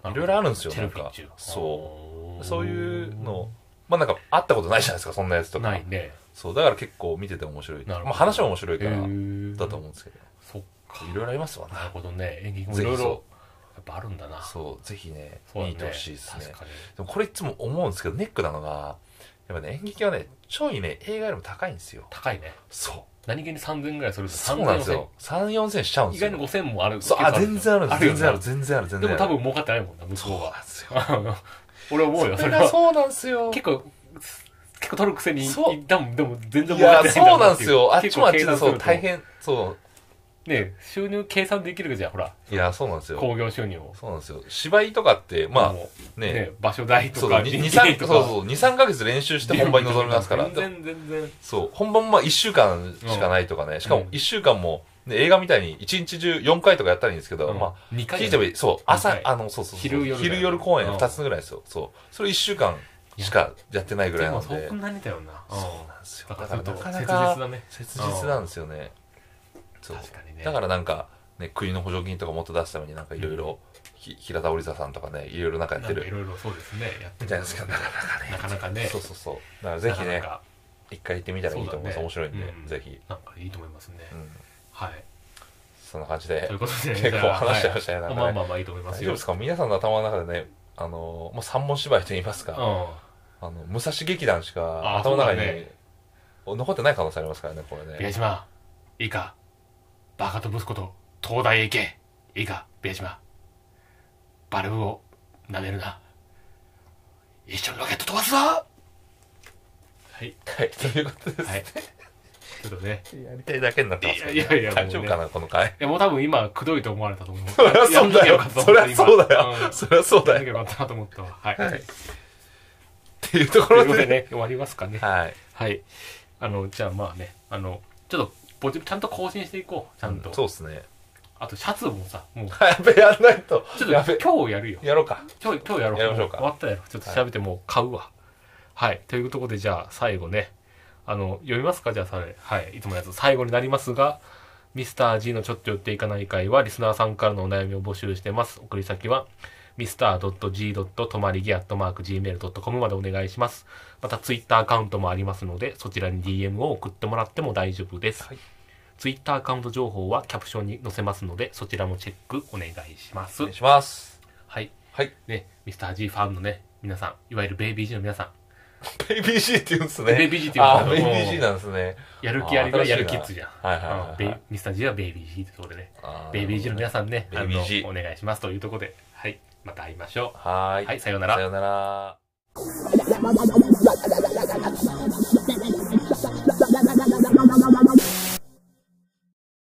Speaker 1: ない
Speaker 2: ろいろあるんですよ
Speaker 1: チェルピッチ
Speaker 2: なんか
Speaker 1: そう
Speaker 2: そういうの、まあなんか会ったことないじゃないですか、そんなやつとか。
Speaker 1: ないね。
Speaker 2: そう、だから結構見てて面白い。
Speaker 1: なるほど
Speaker 2: まあ話は面白いから、だ
Speaker 1: だ
Speaker 2: と思うんですけど。
Speaker 1: そっか。
Speaker 2: いろいろありますわね
Speaker 1: な。るほどね。演劇もい
Speaker 2: ぜひ
Speaker 1: ろい
Speaker 2: そ
Speaker 1: ろ、やっぱあるんだな。
Speaker 2: そう、ぜひね、
Speaker 1: そうだ
Speaker 2: 見に
Speaker 1: ね
Speaker 2: 行ってほしいですね。
Speaker 1: 確かに。
Speaker 2: でもこれいつも思うんですけど、ネックなのが、やっぱね、演劇はね、ちょいね、映画よりも高いんですよ。
Speaker 1: 高いね。
Speaker 2: そ
Speaker 1: 何気に3000円ぐらいする
Speaker 2: う。
Speaker 1: と
Speaker 2: そうなんですよ。3、4千しちゃうん
Speaker 1: 4000
Speaker 2: で
Speaker 1: 意
Speaker 2: すよ。
Speaker 1: 外に5000もある。
Speaker 2: そう、あ、全然あるんです全
Speaker 1: よ
Speaker 2: 然あ
Speaker 1: な
Speaker 2: る、全然ある、全然ある。
Speaker 1: でも多分儲かってないもんな、向
Speaker 2: そう
Speaker 1: こう
Speaker 2: なん
Speaker 1: は。
Speaker 2: ですよ。
Speaker 1: 俺思うよ、そ
Speaker 2: それ
Speaker 1: れ
Speaker 2: が
Speaker 1: は。
Speaker 2: そうなんですよ。
Speaker 1: 結構、結構取るくせに、
Speaker 2: そう
Speaker 1: 一旦でも全然
Speaker 2: い
Speaker 1: 儲か
Speaker 2: や、
Speaker 1: ってない
Speaker 2: そう
Speaker 1: だ
Speaker 2: な
Speaker 1: っ
Speaker 2: んで
Speaker 1: てい
Speaker 2: すよ。あっちもあっちで、
Speaker 1: 結構計算す
Speaker 2: そ
Speaker 1: ると
Speaker 2: う、大変、そ
Speaker 1: ね収入計算できるじゃん、ほら。
Speaker 2: う。いや、そうなんですよ。
Speaker 1: 興行収入を。
Speaker 2: そうなんですよ。芝居とかって、ま
Speaker 1: も
Speaker 2: あ、
Speaker 1: うね
Speaker 2: ね、
Speaker 1: 場所代と
Speaker 2: そう、
Speaker 1: か、
Speaker 2: 2、
Speaker 1: 人件費
Speaker 2: 3、そ
Speaker 1: と
Speaker 2: う
Speaker 1: か。
Speaker 2: そう、2、3ヶ月練習して本番に臨みますから。
Speaker 1: 全然、全然。
Speaker 2: そう、本番まあ1週間しかないとかね、しかも1週間も、ね、映画みたいに1日中4回とかやったらいいんですけど、ま
Speaker 1: あ、2
Speaker 2: あ、
Speaker 1: 回
Speaker 2: 聞
Speaker 1: や
Speaker 2: いてもいい、そう、朝
Speaker 1: 二、回
Speaker 2: あの、そうそうそう
Speaker 1: 昼夜だよね
Speaker 2: 昼夜公演
Speaker 1: うん
Speaker 2: 2つぐらいですよ、そう。それ1週間しかやってないぐらい
Speaker 1: で
Speaker 2: な
Speaker 1: も、
Speaker 2: の
Speaker 1: そ
Speaker 2: で
Speaker 1: う、なりだよな。うん
Speaker 2: そうなんですよ。
Speaker 1: だ
Speaker 2: だ
Speaker 1: か
Speaker 2: から
Speaker 1: ち
Speaker 2: ら
Speaker 1: ょっと
Speaker 2: な
Speaker 1: 切
Speaker 2: か
Speaker 1: 実
Speaker 2: な
Speaker 1: だ
Speaker 2: か
Speaker 1: ね。
Speaker 2: 切実なんですよね。そう。
Speaker 1: 確かにね。
Speaker 2: だからなんか、ね、国の補助金とかもっと出すためになんかいろいろ、ひ平田織田さんとかね、いろいろなんかやって
Speaker 1: なんかい
Speaker 2: る
Speaker 1: ろいろそうですね、やって
Speaker 2: みたいですけど、なかなかね。
Speaker 1: なかなかね
Speaker 2: そうそうそう。だからぜひね
Speaker 1: なかな、か
Speaker 2: 一回行ってみたらいいと思います。
Speaker 1: そうだね
Speaker 2: 面白いんで
Speaker 1: う、ん
Speaker 2: ぜひ。
Speaker 1: なんかいいと思いますね。
Speaker 2: うん
Speaker 1: はい。
Speaker 2: そんな感じで
Speaker 1: という、ことで、
Speaker 2: 結構話しちゃいましたね
Speaker 1: は
Speaker 2: なんかね
Speaker 1: まあまあまあいいと思いま
Speaker 2: 大
Speaker 1: す
Speaker 2: 丈夫
Speaker 1: よ
Speaker 2: で。すか皆さんの頭の中でね、あのー、もう三文芝居と言いますか、あの、武蔵劇団しか
Speaker 1: あ
Speaker 2: 頭の中
Speaker 1: そうだ
Speaker 2: に
Speaker 1: ね
Speaker 2: 残ってない可能性ありますからね、これ
Speaker 1: うん。ビア
Speaker 2: ね。
Speaker 1: 島、いいか。バカと息子と東大へ行け。いいか、ビア島。バルブを舐めるな。一緒にロケット飛ばすぞはい。
Speaker 2: はい、ということです。
Speaker 1: はい。ちょっとね。
Speaker 2: やりたいだけになってますけど、ね。
Speaker 1: いやいやいや
Speaker 2: 大丈夫かな、この回。
Speaker 1: いや、もう多分今、くどいと思われたと思う。
Speaker 2: そりゃそうだよ。そりゃそうだよ。
Speaker 1: うん
Speaker 2: そりゃそう
Speaker 1: やんな
Speaker 2: だ
Speaker 1: き
Speaker 2: よ。
Speaker 1: ゃよかったなと思ったわ。はい。
Speaker 2: はいっていうとこと
Speaker 1: い
Speaker 2: ろ
Speaker 1: うことで
Speaker 2: で。
Speaker 1: ね、終わりますかね。
Speaker 2: はい。
Speaker 1: はい。あの、じゃあまあね、あの、ちょっと、ぼちちゃんと更新していこう。ちゃんと。
Speaker 2: そうですね。
Speaker 1: あと、シャツもさ、もう、
Speaker 2: はいやべ、やんないと。
Speaker 1: ちょ
Speaker 2: や
Speaker 1: っと
Speaker 2: べ、
Speaker 1: 今日やるよ。
Speaker 2: やろうか。
Speaker 1: 今日、今日やろう。
Speaker 2: やりましょうか
Speaker 1: 終わったらやろう。ちょっと調べてもう買うわ。はい。というところで、じゃあ最後ね。あの、読みますかじゃあそれ。はい。いつものやつ。最後になりますが、ミスター G のちょっと寄っていかない会は、リスナーさんからのお悩みを募集してます。送り先は、mr.g.tomarigi.gmail.com までお願いします。また、ツイッターアカウントもありますので、そちらに DM を送ってもらっても大丈夫です。
Speaker 2: はい
Speaker 1: ツイッターアカウント情報はキャプションに載せますので、そちらもチェックお願いしま
Speaker 2: お
Speaker 1: す
Speaker 2: 願い。します。
Speaker 1: はい。
Speaker 2: はい。
Speaker 1: ね、ミスター G ファンのね、皆さん、いわゆるベイビー G の皆さん、
Speaker 2: ベイビー G って言うんですね。
Speaker 1: ベイビー G って言
Speaker 2: ああ
Speaker 1: うん
Speaker 2: ー、
Speaker 1: です
Speaker 2: ベ
Speaker 1: け
Speaker 2: イ
Speaker 1: ど
Speaker 2: ビー G なんですね。
Speaker 1: やる気あり
Speaker 2: あ
Speaker 1: は
Speaker 2: ー新しいな
Speaker 1: やるキッズじゃん。
Speaker 2: はいはいはいはい
Speaker 1: うんベイミスター G はベイビー G ってことでね、
Speaker 2: あー
Speaker 1: ベイビー G の皆さんね、
Speaker 2: ベイビー G
Speaker 1: あのお願いしますというところで、はい、また会いましょ
Speaker 2: はー。
Speaker 1: う。はいい、さようなら
Speaker 2: さ。よなら。
Speaker 4: Thank you.